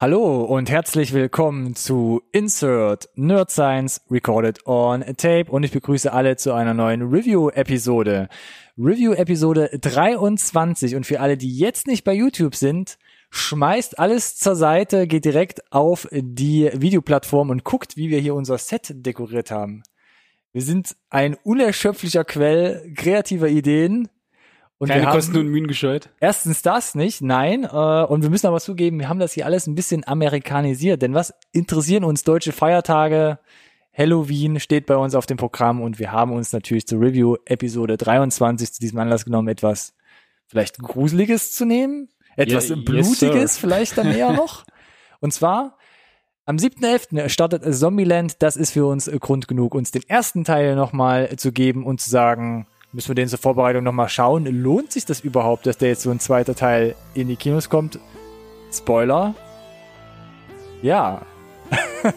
Hallo und herzlich willkommen zu Insert Nerd Science Recorded on Tape und ich begrüße alle zu einer neuen Review-Episode. Review-Episode 23 und für alle, die jetzt nicht bei YouTube sind, schmeißt alles zur Seite, geht direkt auf die Videoplattform und guckt, wie wir hier unser Set dekoriert haben. Wir sind ein unerschöpflicher Quell kreativer Ideen. Und Keine wir haben- Kosten und Mühen gescheut. Erstens das nicht, nein. Äh, und wir müssen aber zugeben, wir haben das hier alles ein bisschen amerikanisiert. Denn was interessieren uns deutsche Feiertage? Halloween steht bei uns auf dem Programm und wir haben uns natürlich zur Review Episode 23 zu diesem Anlass genommen, etwas vielleicht Gruseliges zu nehmen. Etwas Yeah, yes, Blutiges sir. vielleicht dann eher noch. Und zwar am 7.11. startet Zombieland. Das ist für uns äh, Grund genug, uns den ersten Teil nochmal zu geben und zu sagen, müssen wir den zur Vorbereitung nochmal schauen. Lohnt sich das überhaupt, dass der jetzt so ein zweiter Teil in die Kinos kommt? Spoiler. Ja.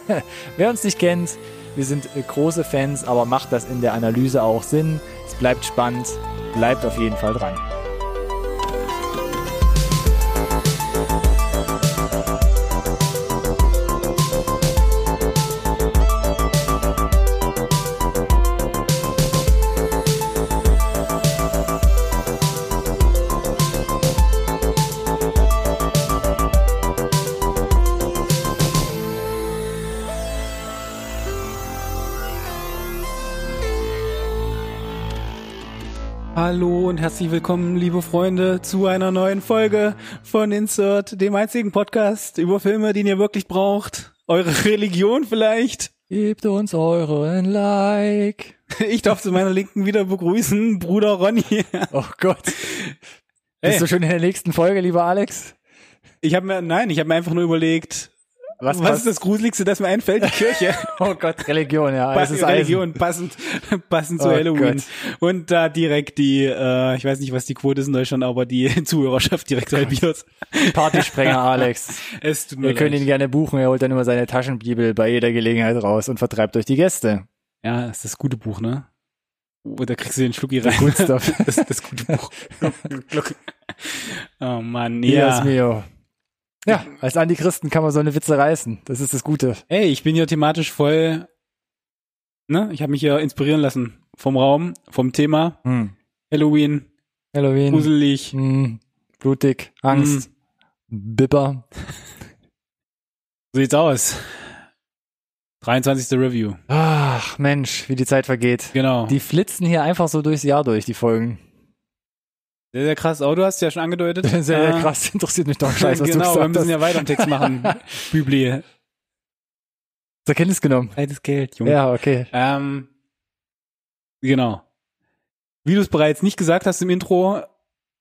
Wer uns nicht kennt, wir sind äh, große Fans, aber macht das in der Analyse auch Sinn. Es bleibt spannend. Bleibt auf jeden Fall dran. Hallo und herzlich willkommen, liebe Freunde, zu einer neuen Folge von Insert, dem einzigen Podcast über Filme, den ihr wirklich braucht. Eure Religion vielleicht. Gebt uns euren Like. Ich darf zu meiner Linken wieder begrüßen, Bruder Ronny. Oh Gott. Bist Hey. du schon in der nächsten Folge, lieber Alex? Ich habe mir, nein, ich habe mir einfach nur überlegt, was, ist das Gruseligste, das mir einfällt? Die Kirche. Oh Gott, Religion, ja. Pass- Es ist Religion. Religion, passend, passend zu Oh Halloween. Gott. Und da direkt die, äh, ich weiß nicht, was die Quote ist in Deutschland, aber die Zuhörerschaft direkt halbiert. Partysprenger Alex. Es tut mir Ihr könnt leid. ihn gerne buchen. Er holt dann immer seine Taschenbibel bei jeder Gelegenheit raus und vertreibt euch die Gäste. Ja, das ist das gute Buch, ne? Oh. Oder kriegst du den Schluck hier rein? Good stuff. Das ist das gute Buch. Gluck, gluck. oh Mann, Dios ja. mio. Ja, als Antichristen kann man so eine Witze reißen. Das ist das Gute. Ey, ich bin hier thematisch voll, ne? Ich habe mich hier inspirieren lassen. Vom Raum, vom Thema, Hm. Halloween, Halloween. gruselig. Hm. Hm. Blutig. Angst. Bipper. So sieht's aus. 23. Review. Ach, Mensch, wie die Zeit vergeht. Genau. Die flitzen hier einfach so durchs Jahr durch, die Folgen. sehr, sehr krass. Oh, du hast ja schon angedeutet. Sehr, sehr Äh, krass. Interessiert mich doch ein Scheiß, was genau, du wir gesagt müssen hast. ja weiter im Text machen. Bibli. Zur Kenntnis genommen. Altes Geld, Junge. Ja, okay. Ähm, genau. Wie du es bereits nicht gesagt hast im Intro,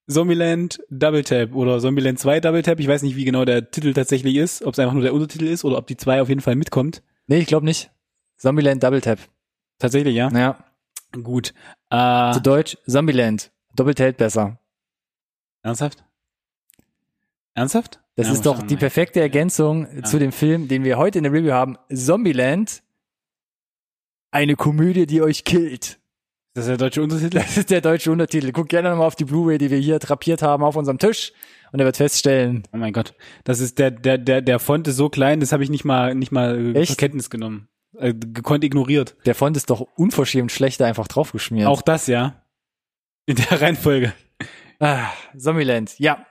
Zombieland Double Tap oder Zombieland 2 Double Tap. Ich weiß nicht, wie genau der Titel tatsächlich ist, ob es einfach nur der Untertitel ist oder ob die 2 auf jeden Fall mitkommt. Nee, ich glaube nicht. Zombieland Double Tap. Tatsächlich, ja. Ja. Gut. Äh, Zu Deutsch Zombieland. Doppelt hält besser. ernsthaft? Ernsthaft? Das Ja, ist doch die wahrscheinlich. perfekte Ergänzung zu dem Film, den wir heute in der Review haben. Zombieland. Eine Komödie, die euch killt. Das ist der deutsche Untertitel. Das ist der deutsche Untertitel. Guckt gerne nochmal auf die Blu-ray, die wir hier drapiert haben auf unserem Tisch. Und er wird feststellen, Oh mein Gott. Das ist der, der, der, der Font ist so klein, das habe ich nicht mal, nicht mal äh, Echt? zur Kenntnis genommen. Äh, gekonnt ignoriert. der Font ist doch unverschämt schlecht einfach draufgeschmiert. Auch das, ja. In der Reihenfolge. Ah, Zombieland, ja.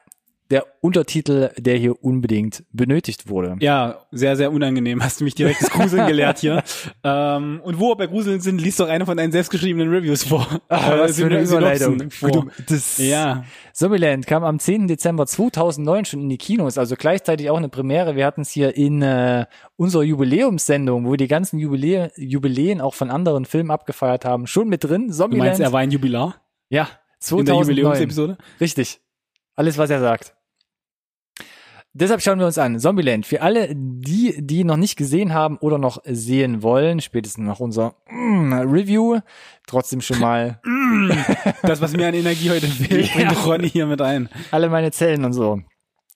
Der Untertitel, der hier unbedingt benötigt wurde. Ja, sehr, sehr unangenehm. Hast du mich direkt das Gruseln gelehrt hier. Ähm, und wo wir bei Gruseln sind, liest doch eine von deinen selbstgeschriebenen Reviews vor. Ah, Äh, was für eine Syn- Synopsen Überleitung. Vor. Das Ja, Zombieland kam am 10. Dezember 2009 schon in die Kinos, also gleichzeitig auch eine Premiere. Wir hatten es hier in äh, unserer Jubiläumssendung, wo wir die ganzen Jubilä Jubiläen auch von anderen Filmen abgefeiert haben, schon mit drin. du meinst, er Zombieland. war ein Jubilar Ja, in der 2009. Jubiläumsepisode? Richtig. Alles, was er sagt. Deshalb schauen wir uns an. Zombieland. Für alle, die, die noch nicht gesehen haben oder noch sehen wollen, spätestens nach unserer mm, Review, trotzdem schon mal Das, was mir an Energie heute fehlt, Ja. bringt Ronny hier mit ein. alle meine Zellen und so.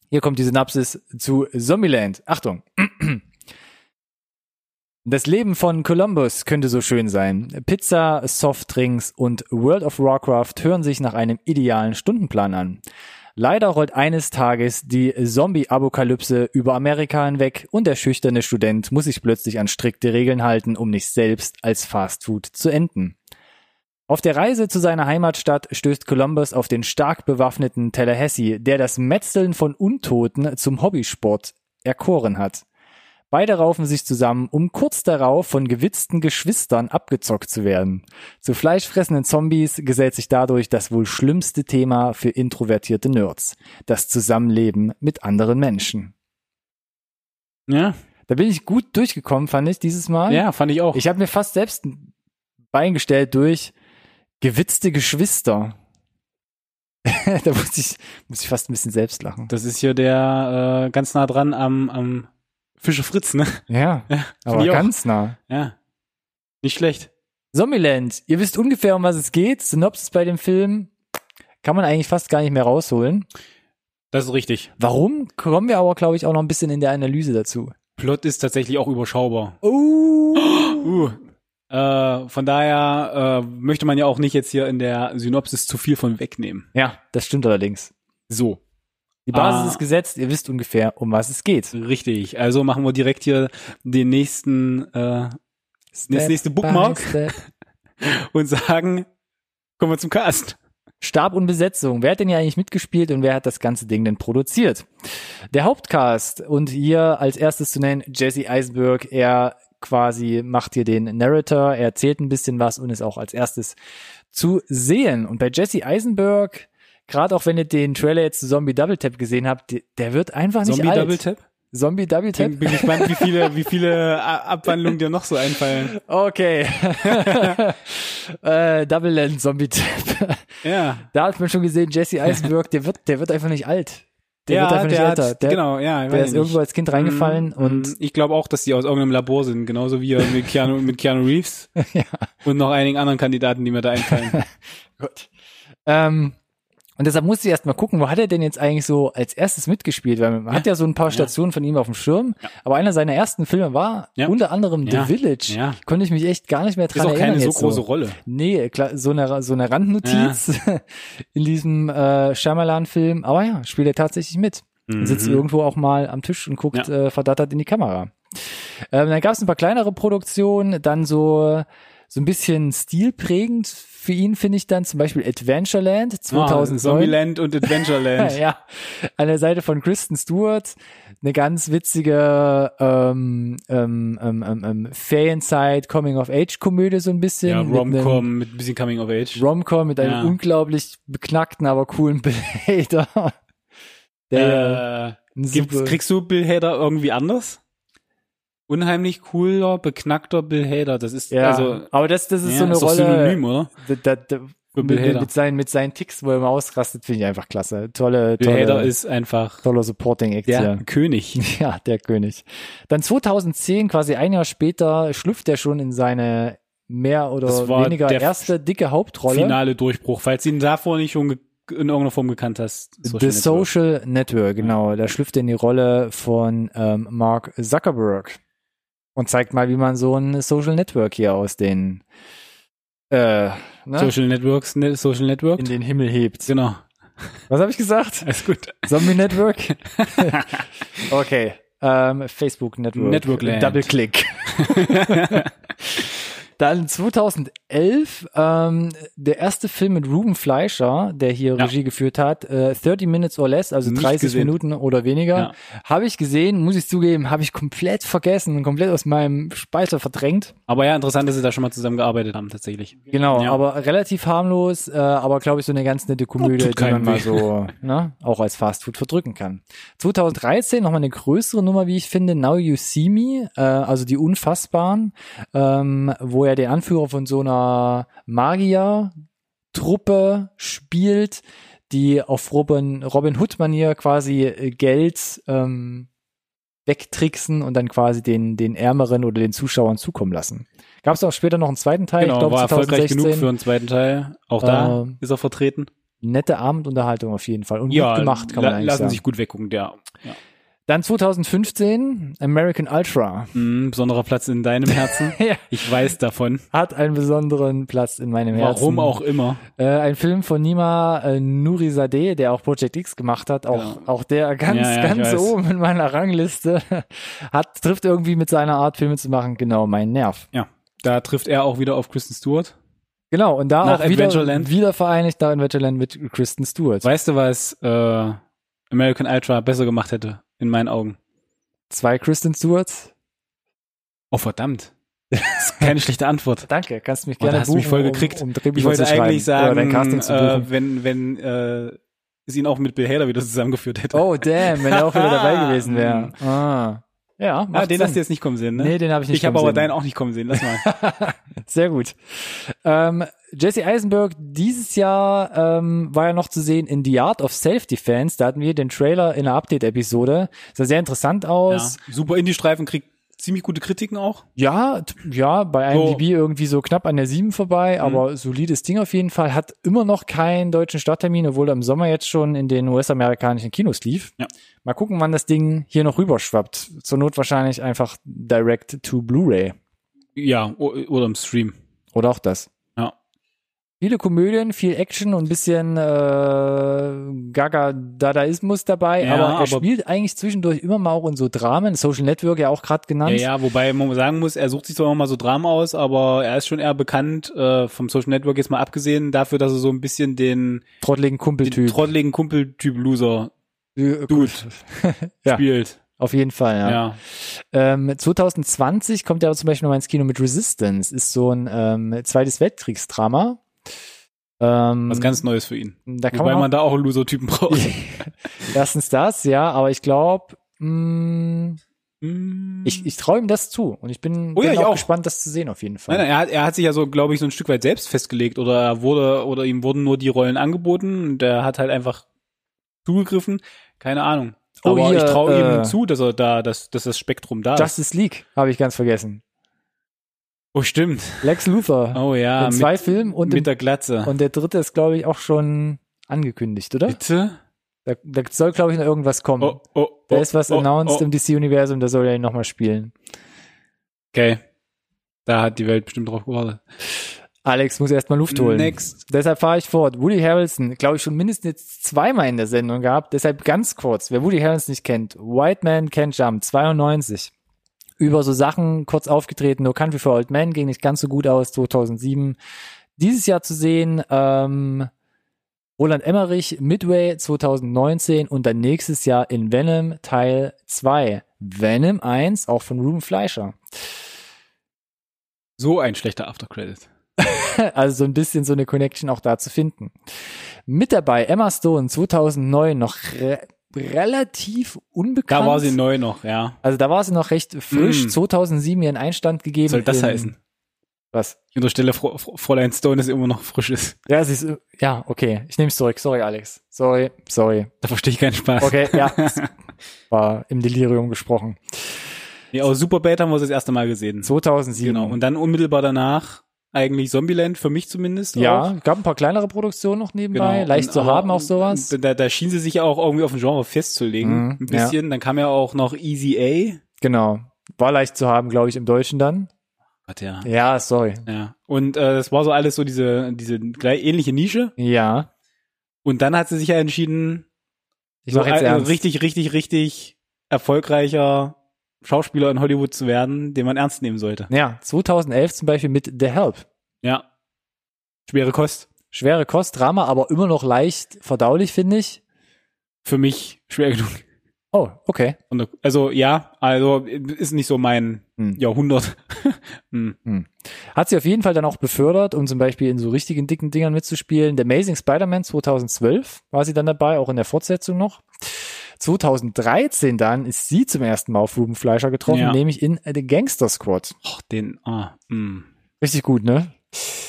Hier kommt die Synapsis zu Zombieland. Achtung. Das Leben von Columbus könnte so schön sein. Pizza, Softdrinks und World of Warcraft hören sich nach einem idealen Stundenplan an. Leider rollt eines Tages die Zombie-Apokalypse über Amerika hinweg und der schüchterne Student muss sich plötzlich an strikte Regeln halten, um nicht selbst als Fastfood zu enden. Auf der Reise zu seiner Heimatstadt stößt Columbus auf den stark bewaffneten Tallahassee, der das Metzeln von Untoten zum Hobbysport erkoren hat. Beide raufen sich zusammen, um kurz darauf von gewitzten Geschwistern abgezockt zu werden. Zu fleischfressenden Zombies gesellt sich dadurch das wohl schlimmste Thema für introvertierte Nerds, das Zusammenleben mit anderen Menschen. Ja, Da bin ich gut durchgekommen, fand ich dieses Mal. ja fand ich auch. Ich habe mir fast selbst ein Bein gestellt durch gewitzte Geschwister. da muss ich, muss ich fast ein bisschen selbst lachen. das ist hier der äh, ganz nah dran am, am Fische Fritz, ne? Ja, aber ich auch. ganz nah. Ja. Nicht schlecht. Zombieland, ihr wisst ungefähr, um was es geht. Synopsis bei dem Film kann man eigentlich fast gar nicht mehr rausholen. Das ist richtig. Warum? Kommen wir aber, glaube ich, auch noch ein bisschen in der Analyse dazu. Plot ist tatsächlich auch überschaubar. Oh! Uh. Äh, von daher äh, möchte man ja auch nicht jetzt hier in der Synopsis zu viel von wegnehmen. Ja, das stimmt allerdings. So. Die Basis Ah. ist gesetzt, ihr wisst ungefähr, um was es geht. Richtig. Also machen wir direkt hier den nächsten äh, das nächste Bookmark by Step. und sagen, kommen wir zum Cast. Stab und Besetzung. Wer hat denn hier eigentlich mitgespielt und wer hat das ganze Ding denn produziert? Der Hauptcast und hier als erstes zu nennen Jesse Eisenberg. Er quasi macht hier den Narrator, er erzählt ein bisschen was und ist auch als erstes zu sehen. Und bei Jesse Eisenberg, gerade auch wenn ihr den Trailer jetzt zu Zombie Double Tap gesehen habt, die- der wird einfach nicht Zombie alt. Double Tap? Zombie Double Tap? Bin, bin gespannt, wie viele, wie viele A- Abwandlungen dir noch so einfallen. Okay. äh, Double Land Zombie Tap. Ja. Da hat man schon gesehen, Jesse Eisenberg, der wird, der wird einfach nicht alt. Der ja, wird einfach nicht der älter. Hat, Der, genau, Mhm, ja. weiß der ich ist nicht. Mhm. irgendwo als Kind reingefallen und ich glaube auch, dass die aus irgendeinem Labor sind, genauso wie mit Keanu, mit Keanu Reeves und noch einigen anderen Kandidaten, die mir da einfallen. Gott. Ähm, und deshalb musste ich erst mal gucken, wo hat er denn jetzt eigentlich so als erstes mitgespielt? Weil man hat ja so ein paar Stationen von ihm auf dem Schirm, aber einer seiner ersten Filme war Ja. unter anderem Ja. The Village. Ja. Konnte ich mich echt gar nicht mehr Ist dran auch erinnern. keine so jetzt große Rolle. Nee, klar, so eine, so eine Randnotiz in diesem äh, Shyamalan-Film. Aber ja, spielt er tatsächlich mit. Mhm. Und sitzt irgendwo auch mal am Tisch und guckt äh, verdattert in die Kamera. Ähm, dann gab es ein paar kleinere Produktionen, dann so so ein bisschen stilprägend für ihn finde ich dann zum Beispiel Adventureland Ah, 2009. Zombieland und Adventureland. ja, an der Seite von Kristen Stewart eine ganz witzige ähm, ähm, ähm, ähm, ähm, Ferienzeit Coming of Age Komödie so ein bisschen ja, mit einem- Rom-Com mit ein bisschen Coming of Age. Romcom mit einem Ja. unglaublich beknackten, aber coolen Hater. Der äh, ein gibt's, super- kriegst du Bill Hader irgendwie anders? Unheimlich cooler, beknackter Bill Hader. Das ist ja, also aber das, das ist ja, so eine ist doch Rolle. Synonym, oder? Da, da, da, Für mit, Bill Hader. mit, seinen, mit seinen Ticks, wo er immer ausrastet, finde ich einfach klasse. Tolle, Bill tolle, Hader ist einfach toller Supporting Act der hier. König. Ja, der König. Dann 2010, quasi ein Jahr später, schlüpft er schon in seine mehr oder Das war weniger der erste dicke Hauptrolle. Finale Durchbruch, falls du ihn davor nicht schon ge- in irgendeiner Form gekannt hast. Social The Network. Mhm. Social Network, genau. Da schlüpft er in die Rolle von ähm, Mark Zuckerberg und zeigt mal, wie man so ein Social Network hier aus den äh, ne? Social Networks, ne, Social Network. in den Himmel hebt. Genau. Was habe ich gesagt? Alles gut. Zombie Network? okay. Ähm, Facebook Network. Networkland. Double Click. Dann 2011 ähm, der erste Film mit Ruben Fleischer, der hier Ja. Regie geführt hat, äh, 30 Minutes or Less, also Nicht 30 gesehen. Minuten oder weniger, Ja. habe ich gesehen, muss ich zugeben, habe ich komplett vergessen und komplett aus meinem Speicher verdrängt. Aber ja, interessant, dass sie da schon mal zusammengearbeitet haben, tatsächlich. Genau, Ja. aber relativ harmlos, äh, aber glaube ich so eine ganz nette Komödie, tut die man keinem mal weh. so ne, auch als Fastfood verdrücken kann. 2013 nochmal eine größere Nummer, wie ich finde, Now You See Me, äh, also die Unfassbaren, ähm, wo er den Anführer von so einer Magier-Truppe spielt, die auf Robin, Robin Hood-Manier quasi äh, Geld ähm, wegtricksen und dann quasi den, den Ärmeren oder den Zuschauern zukommen lassen. Gab es auch später noch einen zweiten Teil, Genau, ich glaube war erfolgreich 2016. genug für einen zweiten Teil. Auch da Ähm, ist er vertreten. Nette Abendunterhaltung auf jeden Fall und gut gemacht, kann la- man eigentlich lassen sagen. sich gut weggucken, ja. ja. Dann 2015 American Ultra. Mhm, besonderer Platz in deinem Herzen. Ja. Ich weiß davon. Hat einen besonderen Platz in meinem Herzen. Warum auch immer. Äh, ein Film von Nima äh, Nurizadeh, der auch Project X gemacht hat, auch, Ja. auch der ganz, Ja, ja, ich ganz weiß. oben in meiner Rangliste hat, trifft irgendwie mit seiner Art, Filme zu machen, genau meinen Nerv. Ja. Da trifft er auch wieder auf Kristen Stewart. Genau, und da Nach auch wieder, Adventureland. wieder vereinigt, da Adventureland mit Kristen Stewart. Weißt du, was äh, American Ultra besser gemacht hätte, in meinen Augen? Zwei Kristen Stewarts. Oh, verdammt. Das ist keine schlechte Antwort. Danke, kannst mich Oh, gerne da hast du mich buchen, voll um- gekriegt. Um, Drehbücher Ich wollte zu schreiben eigentlich oder dein sagen, Casting zu äh, buchen. wenn, wenn äh, sie ihn auch mit Bill Hader wieder zusammengeführt hätte. oh, damn, wenn er auch wieder dabei gewesen wäre. Ah. Ja, ah, macht den Sinn. hast du jetzt nicht kommen sehen, ne? Nee, den habe ich nicht ich habe kommen aber sehen. deinen auch nicht kommen sehen. Lass mal. Sehr gut. Ähm, Jesse Eisenberg dieses Jahr ähm, war ja noch zu sehen in The Art of Self-Defense. Da hatten wir den Trailer in der Update-Episode. Sah sehr interessant ja. aus. Super Indie-Streifen kriegt ziemlich gute Kritiken auch. Ja, t- ja, bei So. Mhm. IMDb irgendwie so knapp an der 7 vorbei, aber solides Ding auf jeden Fall. Hat immer noch keinen deutschen Starttermin, obwohl er im Sommer jetzt schon in den US-amerikanischen Kinos lief. Ja. Mal gucken, wann das Ding hier noch rüberschwappt. Zur Not wahrscheinlich einfach direct to Blu-ray. Ja, o- oder im Stream. Oder auch das. Ja. Viele Komödien, viel Action und ein bisschen äh, Gaga-Dadaismus dabei, Ja, aber er aber- spielt eigentlich zwischendurch immer mal auch in so Dramen, Social Network ja auch gerade Ja, genannt. ja, wobei man sagen muss, er sucht sich zwar immer mal so Dramen aus, aber er ist schon eher bekannt, äh, vom Social Network jetzt mal abgesehen, dafür, dass er so ein bisschen den, Trotteligen den Kumpeltyp. trotteligen Kumpel-Typ-Loser Äh, Dude Ja. spielt. Auf jeden Fall, ja. Ja. Ähm, 2020 kommt er aber zum Beispiel nochmal ins Kino mit Resistance, ist so ein ähm, zweites Weltkriegsdrama. Ähm, Was ganz Neues für ihn. da kann Wobei man, man da auch einen Loser-Typen braucht. auch- erstens das, ja, aber ich glaube, Hm. ich, ich traue ihm das zu und ich bin, Oh ja, bin ich auch auch. gespannt, das zu sehen auf jeden Fall. Nein, nein, er hat, er hat sich ja so, glaube ich, so ein Stück weit selbst festgelegt oder er wurde oder ihm wurden nur die Rollen angeboten und er hat halt einfach zugegriffen. Keine Ahnung. Oh, Aber hier, ich traue äh, ihm zu, dass er da, dass, dass das Spektrum da ist. Justice League habe ich ganz vergessen. Oh, stimmt. Lex Luthor Oh ja, in mit, zwei Filmen und, mit im, der Glatze. und ne? der dritte ist, glaube ich, auch schon angekündigt, oder? Bitte? Da, da soll, glaube ich, noch irgendwas kommen. Oh, oh, oh, Um, da ist was oh, announced oh. im DC-Universum, da soll er ihn nochmal spielen. Okay. Da hat die Welt bestimmt drauf gewartet. Alex muss erstmal Luft holen. Next. Deshalb fahre ich fort. Woody Harrelson, glaube ich, schon mindestens jetzt zweimal in der Sendung gehabt. Deshalb ganz kurz, wer Woody Harrelson nicht kennt, White Man Can Jump, 92. Über so Sachen kurz aufgetreten, No Country for Old Men ging nicht ganz so gut aus, 2007. Dieses Jahr zu sehen, ähm, Roland Emmerich, Midway 2019 und dann nächstes Jahr in Venom Teil 2. Venom 1, auch von Ruben Fleischer. So ein schlechter Aftercredit. Also so ein bisschen so eine Connection auch da zu finden. Mit dabei Emma Stone 2009 noch re relativ Da unbekannt. war sie neu noch, ja. also da war sie noch recht frisch. Mm. 2007 ihren Einstand gegeben. Was soll das in- heißen? Was? Ich unterstelle Frau, Frau- Fräulein Stone, dass sie immer noch frisch ist. Ja, sie ist, ja, okay. Ich nehme es zurück. Sorry, Alex. Sorry, sorry. Da verstehe ich keinen Spaß. Okay, ja. es War im Delirium gesprochen. Nee, aus Superbad haben wir es das erste Mal gesehen. 2007. Genau. Und dann unmittelbar danach eigentlich Zombieland, für mich zumindest. ja, Auch. gab ein paar kleinere Produktionen noch Genau. nebenbei. Leicht Und- zu aber- haben auch sowas. Da, da schien sie sich ja auch irgendwie auf ein Genre festzulegen. Mhm, ein bisschen. Dann kam ja auch noch Easy A. Genau. War leicht zu haben, glaube ich, im Deutschen dann. Gott, ja. Ja, sorry. Ja. Und äh, das war so alles so diese, diese gleich ähnliche Nische. Ja. Und dann hat sie sich ja entschieden, Ich so mach jetzt ein, ernst. richtig, richtig, richtig erfolgreicher Schauspieler in Hollywood zu werden, den man ernst nehmen sollte. Ja, 2011 zum Beispiel mit The Help. Ja. Schwere Kost. Schwere Kost, Drama, aber immer noch leicht verdaulich, finde ich. Für mich schwer genug. Oh, okay. Und, äh, Also ja, also ist nicht so mein Hm. Jahrhundert. hm. Hat sie auf jeden Fall dann auch befördert, um zum Beispiel in so richtigen dicken Dingern mitzuspielen. The Amazing Spider-Man 2012 war sie dann dabei, auch in der Fortsetzung noch. 2013 dann ist sie zum ersten Mal auf Ruben Fleischer getroffen, Ja. nämlich in äh, The Gangster Squad. Och, den, ah, hm. Richtig gut, ne?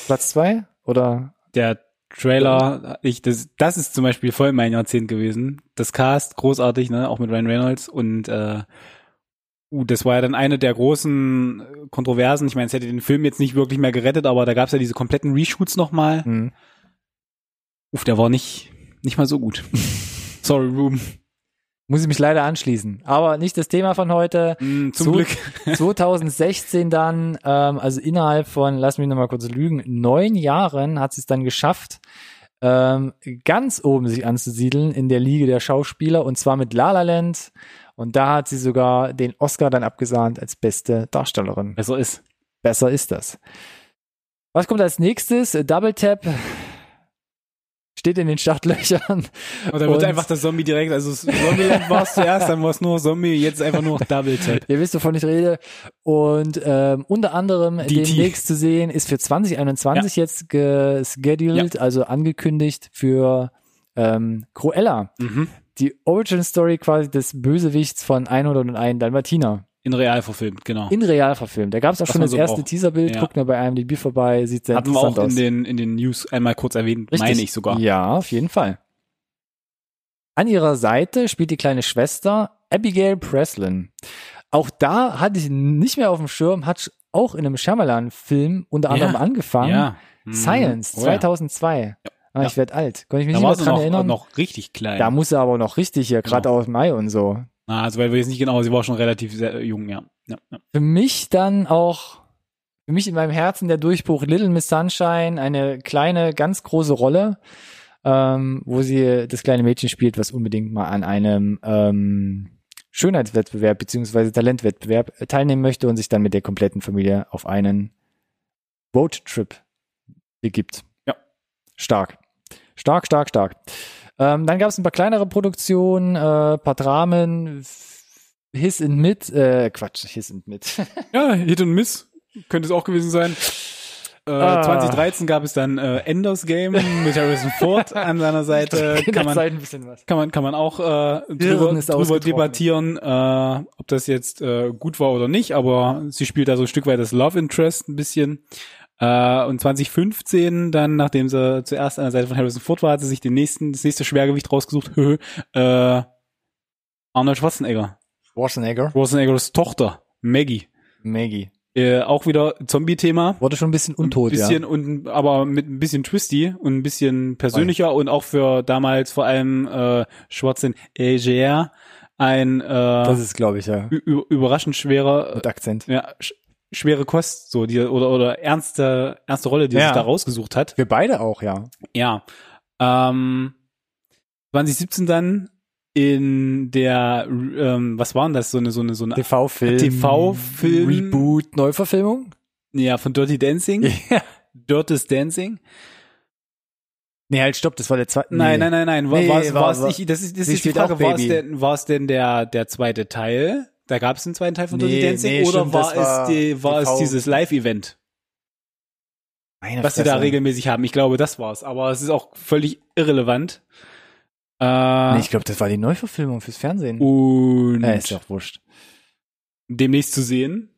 Platz zwei oder? Der Trailer, ich, das, das ist zum Beispiel voll mein Jahrzehnt gewesen. Das Cast, großartig, ne, auch mit Ryan Reynolds und äh, uh, das war ja dann eine der großen äh, Kontroversen. Ich meine, es hätte den Film jetzt nicht wirklich mehr gerettet, aber da gab es ja diese kompletten Reshoots nochmal. Hm. Uff, der war nicht, nicht mal so gut. Sorry, Room. Muss ich mich leider anschließen. Aber nicht das Thema von heute. Mm, zum So- Glück. 2016 dann, ähm, also innerhalb von, lass mich nochmal kurz lügen, neun Jahren hat sie es dann geschafft, ähm, ganz oben sich anzusiedeln in der Liga der Schauspieler und zwar mit La La Land. Und da hat sie sogar den Oscar dann abgesahnt als beste Darstellerin. Besser ist. Besser ist das. Was kommt als nächstes? Double Tap steht in den Startlöchern. Und dann wird Und- einfach das Zombie direkt, also es- Zombieland war es zuerst, dann war es nur Zombie, jetzt einfach nur noch Double Tap. Ihr wisst, wovon ich rede. Und ähm, unter anderem DT. demnächst zu sehen ist für 2021 jetzt gescheduled, also angekündigt für ähm, Cruella. Mhm. Die Origin Story quasi des Bösewichts von 101 Dalmatiner. In real verfilmt, genau. In real verfilmt. Da gab es auch Was schon man das so erste braucht. Teaserbild. Ja. Guckt mal bei IMDb vorbei. Sieht sehr Hatten wir interessant auch in aus. den, in den News einmal kurz erwähnt, Richtig. meine ich sogar. Ja, auf jeden Fall. An ihrer Seite spielt die kleine Schwester Abigail Breslin. Auch da hatte ich nicht mehr auf dem Schirm, hat sch- auch in einem Shyamalan-Film unter Ja. anderem angefangen. Mhm. Science, Oh ja. 2002. Ah, ich werd alt. Konnte ich mich Da nicht war mehr sie dran noch, erinnern. noch äh, richtig klein. Da muss er aber noch richtig hier, gerade aus Mai und so. Na, also weil wir jetzt nicht genau, sie war schon relativ sehr äh, jung, ja. ja, ja. Für mich dann auch, für mich in meinem Herzen der Durchbruch Little Miss Sunshine, eine kleine, ganz große Rolle, ähm, wo sie das kleine Mädchen spielt, was unbedingt mal an einem ähm, Schönheitswettbewerb beziehungsweise Talentwettbewerb äh, teilnehmen möchte und sich dann mit der kompletten Familie auf einen Roadtrip begibt. Ja. Stark. Stark, stark, stark. Ähm, dann gab es ein paar kleinere Produktionen, äh, paar Dramen, F- His and Mid, äh, Quatsch, His and Mid. Ja, Hit und Miss könnte es auch gewesen sein. Äh, Ah. 2013 gab es dann äh, Enders Game mit Harrison Ford an seiner Seite. In Kann der man, Zeit ein bisschen was. kann man, kann man auch äh, drüber, ist drüber ausgetrocknet. debattieren, äh, ob das jetzt äh, gut war oder nicht, aber sie spielt da so ein Stück weit das Love Interest ein bisschen. Äh, und 2015 dann, nachdem sie zuerst an der Seite von Harrison Ford war, hat sie sich den nächsten, das nächste Schwergewicht rausgesucht. äh, Arnold Schwarzenegger. Schwarzenegger. Schwarzeneggers Tochter, Maggie. Maggie. Äh, auch wieder Zombie-Thema. Wurde schon ein bisschen untot, ein bisschen ja. und aber mit ein bisschen twisty und ein bisschen persönlicher und auch für damals vor allem äh, Schwarzenegger ein äh, Das ist, glaube ich, ja. ü- ü- überraschend schwerer Mit Akzent. äh, ja, sch schwere Kost so die oder oder ernste ernste Rolle die er Ja. sich da rausgesucht hat Wir beide auch, ja. ja ähm, 2017 dann in der ähm, was waren das so eine so eine so eine TV-Film. TV-Film. Reboot, Neuverfilmung? ja von Dirty Dancing Ja. Dirtest Dancing Nee, halt, stopp, das war der zweite. Nein, nein, nein, nein. War, Nee, war's, war- war's war- nicht, das ist, das sie ist die spielt auch Frage, war es Baby. denn, war's denn der, der zweite Teil? Da gab es einen zweiten Teil von Dirty Nee, Dancing nee, oder stimmt, war, das war es, die, war es TV. dieses Live-Event, Meine was sie da Fresse. regelmäßig haben? Ich glaube, das war's. Aber es ist auch völlig irrelevant. Äh, Nee, ich glaube, das war die Neuverfilmung fürs Fernsehen. und Äh, ist doch wurscht. demnächst zu sehen.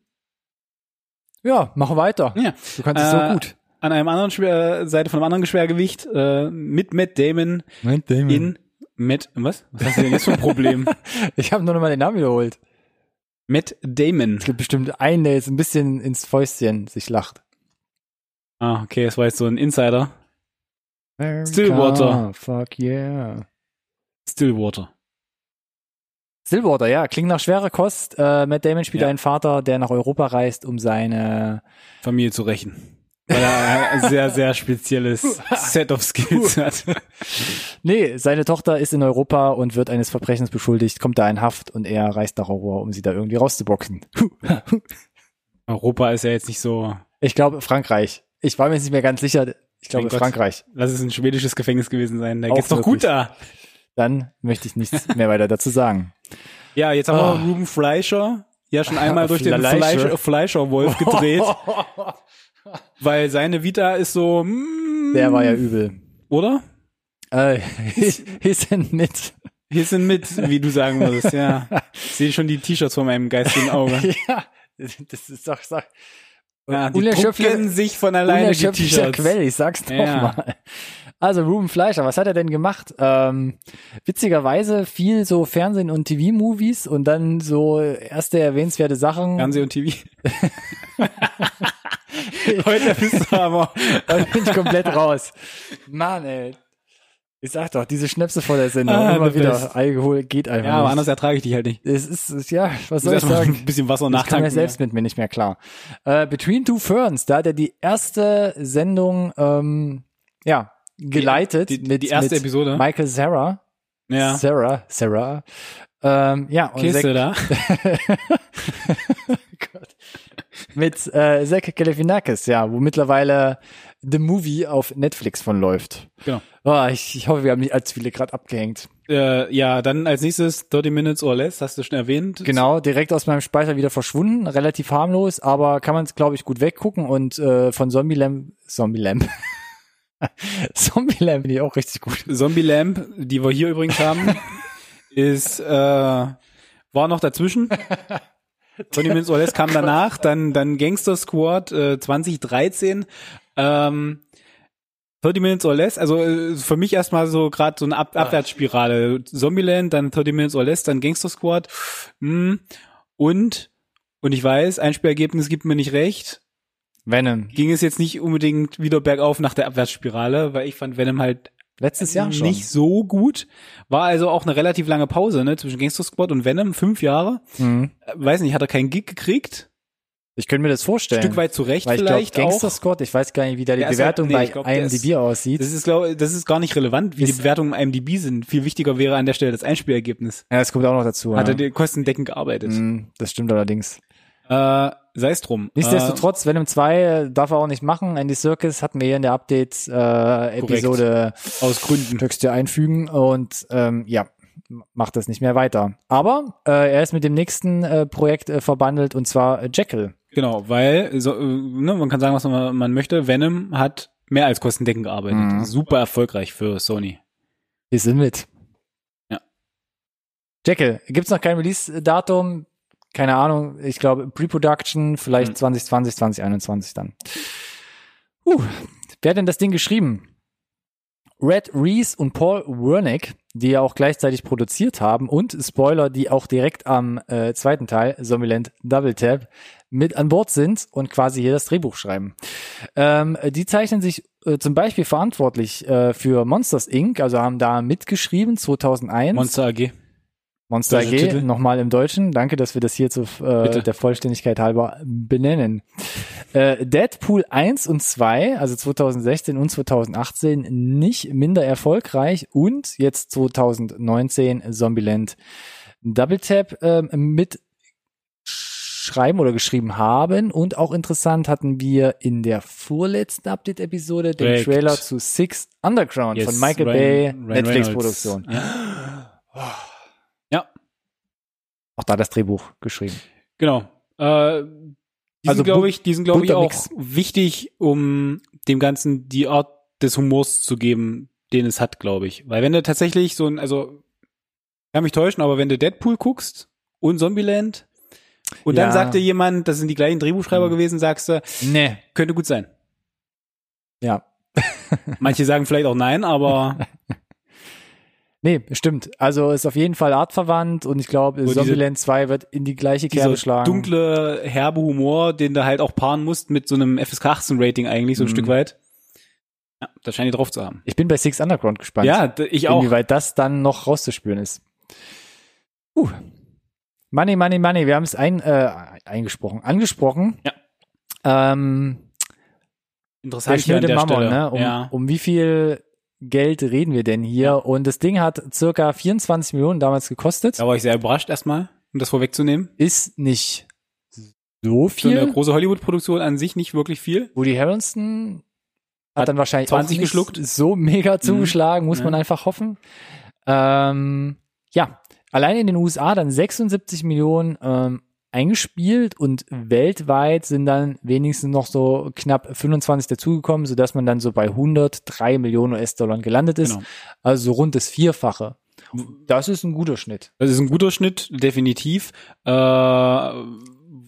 Ja, mach weiter. Ja. Du kannst es so Äh, gut. An einem anderen Schwer, Seite von einem anderen Schwergewicht äh, mit Matt Damon Matt Damon. in Matt was? Was hast du denn jetzt für ein Problem? ich habe nur noch mal den Namen wiederholt. Matt Damon. Es gibt bestimmt einen, der jetzt ein bisschen ins Fäustchen sich lacht. Ah, okay, das war jetzt so ein Insider. Stillwater. Ah, Fuck yeah. Stillwater. Stillwater, ja, klingt nach schwerer Kost. Äh, Matt Damon spielt Ja. einen Vater, der nach Europa reist, um seine Familie zu rächen. Weil er ein sehr, sehr spezielles Set of Skills hat. Nee, seine Tochter ist in Europa und wird eines Verbrechens beschuldigt, kommt da in Haft und er reist nach Europa, um sie da irgendwie rauszuboxen. Europa ist ja jetzt nicht so. Ich glaube Frankreich. Ich war mir jetzt nicht mehr ganz sicher. Ich glaube Mein Gott. Frankreich. Lass es ein schwedisches Gefängnis gewesen sein. Da Auch geht's doch gut da. Dann möchte ich nichts mehr weiter dazu sagen. Ja, jetzt haben wir Ah. noch Ruben Fleischer. Ja, schon einmal durch den Fleischer. Fleischer, Fleischerwolf gedreht, weil seine Vita ist so. Mm, Der war ja übel. Oder? Äh, Hissen mit. Hier sind mit, wie du sagen würdest, ja. Ich sehe schon die T-Shirts vor meinem geistigen Auge. Ja, das ist doch sag, Ja, die Unerschöpfliche- drucken sich von alleine die unerschöpflicher T-Shirts. Quelle, ich sag's nochmal. Ja. Also Ruben Fleischer, was hat er denn gemacht? Ähm, witzigerweise viel so Fernsehen- und TV-Movies und dann so erste erwähnenswerte Sachen. Fernseh und TV. Heute bist du aber. Heute bin ich komplett raus. Mann, ey. Ich sag doch, diese Schnäpse vor der Sendung. Ah, immer the wieder. best. Alkohol geht einfach Ja, aber nicht. anders ertrage ich dich halt nicht. Es ist, es- ja, was Du soll ich musst erstmal ein sagen? bisschen Wasser Ich kam nachtanken. ja selbst mit mir nicht mehr klar. Äh, Between Two Ferns, da hat er die erste Sendung, ähm, ja, geleitet. Die, die, mit, die erste mit Episode. Michael Sarah. ja. Sarah, Sarah. Ähm, ja, und Zac- Kiste da. Gott. mit äh, Zack Galifianakis, ja, wo mittlerweile The Movie auf Netflix von läuft. Genau. Oh, ich, ich hoffe, wir haben nicht allzu viele gerade abgehängt. Äh, ja, dann als nächstes 30 Minutes or Less, hast du schon erwähnt. Genau, direkt aus meinem Speicher wieder verschwunden, relativ harmlos, aber kann man es, glaube ich, gut weggucken und äh, von Zombieland, Zombieland, Zombieland bin ich auch richtig gut. Zombie Lamp, die wir hier übrigens haben, ist äh, war noch dazwischen. Tony Minutes or Less kam danach, dann dann Gangster Squad äh, 2013. Ähm, 30 Minutes or Less, also äh, für mich erstmal so gerade so eine Ab Abwärtsspirale. Zombieland, dann 30 Minutes or Less, dann Gangster Squad. Hm. Und und ich weiß, Einspielergebnis gibt mir nicht recht Venom, ging es jetzt nicht unbedingt wieder bergauf nach der Abwärtsspirale, weil ich fand Venom halt letztes Jahr schon. nicht so gut. War also auch eine relativ lange Pause, ne, zwischen Gangster Squad und Venom, fünf Jahre. Mhm. Äh, Weiß nicht, hat er keinen Gig gekriegt? Ich könnte mir das vorstellen. Stück weit Äh, zurecht Weil ich glaube, vielleicht Gangster auch. Squad, ich weiß gar nicht, wie da die Der ist halt- Bewertung nee, bei ich glaub, der IMDb ist- aussieht. Das ist, glaube das ist gar nicht relevant, wie die Ist- Bewertungen im IMDb sind. Viel wichtiger wäre an der Stelle das Einspielergebnis. ja, das kommt auch noch dazu. Hat ja. er die- kostendeckend gearbeitet. Mm, das stimmt allerdings. Äh, Sei es drum. Nichtsdestotrotz, Venom 2 äh, darf er auch nicht machen. Andy Circus hatten wir hier in der äh, Update-Episode äh, aus Gründen. Texte einfügen und ähm, ja, m- macht das nicht mehr weiter. Aber äh, er ist mit dem nächsten äh, Projekt äh, verbandelt und zwar äh, Jekyll. Genau, weil so, äh, ne, man kann sagen, was man, man möchte. Venom hat mehr als kostendeckend gearbeitet. Mhm. Super erfolgreich für Sony. Wir sind mit. Ja. Jekyll, gibt's noch kein Release-Datum? Keine Ahnung, ich glaube Pre-Production, vielleicht Hm. 2020, 2021 dann. Uh, wer hat denn das Ding geschrieben? Red Reese und Paul Wernick, die ja auch gleichzeitig produziert haben und Spoiler, die auch direkt am äh, zweiten Teil, Zombieland Double Tap, mit an Bord sind und quasi hier das Drehbuch schreiben. Ähm, die zeichnen sich äh, zum Beispiel verantwortlich äh, für Monsters Inc., also haben da mitgeschrieben 2001. Monster AG. Monster Deutscher Titel. AG, nochmal im Deutschen. Danke, dass wir das hier zu äh, Bitte. der Vollständigkeit halber benennen. Äh, Deadpool 1 und 2, also 2016 und 2018, nicht minder erfolgreich und jetzt 2019 Zombieland Double Tap ähm, mit schreiben oder geschrieben haben. Und auch interessant hatten wir in der vorletzten Update-Episode den Korrekt. Trailer zu Six Underground Yes, von Michael Ryan- Bay, Ryan Netflix-Produktion. Reynolds. Ja. Auch da das Drehbuch geschrieben. Genau. Äh, die Also also glaube ich, die sind glaube ich bunter auch Mix. wichtig, um dem Ganzen die Art des Humors zu geben, den es hat, glaube ich. Weil wenn du tatsächlich so ein, also kann mich täuschen, aber wenn du Deadpool guckst und Zombieland und Ja. dann sagt dir jemand, das sind die gleichen Drehbuchschreiber Mhm. gewesen, sagst du, Nee. könnte gut sein. Ja. Manche sagen vielleicht auch nein, aber Nee, stimmt. Also ist auf jeden Fall artverwandt und ich glaube, diese- Zombieland 2 wird in die gleiche Kerbe dieser schlagen. dunkle, herbe Humor, den du halt auch paaren musst mit so einem FSK 18 Rating eigentlich, so ein Mhm. Stück weit. Ja, da scheint die drauf zu haben. Ich bin bei Six Underground gespannt, Ja, d- ich auch. inwieweit das dann noch rauszuspüren ist. Uh. Money, money, money. Wir haben es ein, äh, eingesprochen, angesprochen. Ja. Ähm, der Interessant hier an schnöde der Mammon, Stelle. ne? Um, ja. um wie viel Geld reden wir denn hier? Und das Ding hat circa 24 Millionen damals gekostet. Da war ich sehr überrascht erstmal, um das vorwegzunehmen. Ist nicht so So eine viel. große Hollywood-Produktion an sich nicht wirklich viel. Woody Harrelson hat, Hat dann wahrscheinlich 20 auch nicht geschluckt. Mhm. so mega zugeschlagen, muss Ja. man einfach hoffen. Ähm, ja, allein in den USA dann 76 Millionen ähm, eingespielt und weltweit sind dann wenigstens noch so knapp 25 dazugekommen, sodass man dann so bei 103 Millionen US-Dollar gelandet ist. Genau. Also so rund das Vierfache. Das ist ein guter Schnitt. Das ist ein guter Schnitt, definitiv. Äh,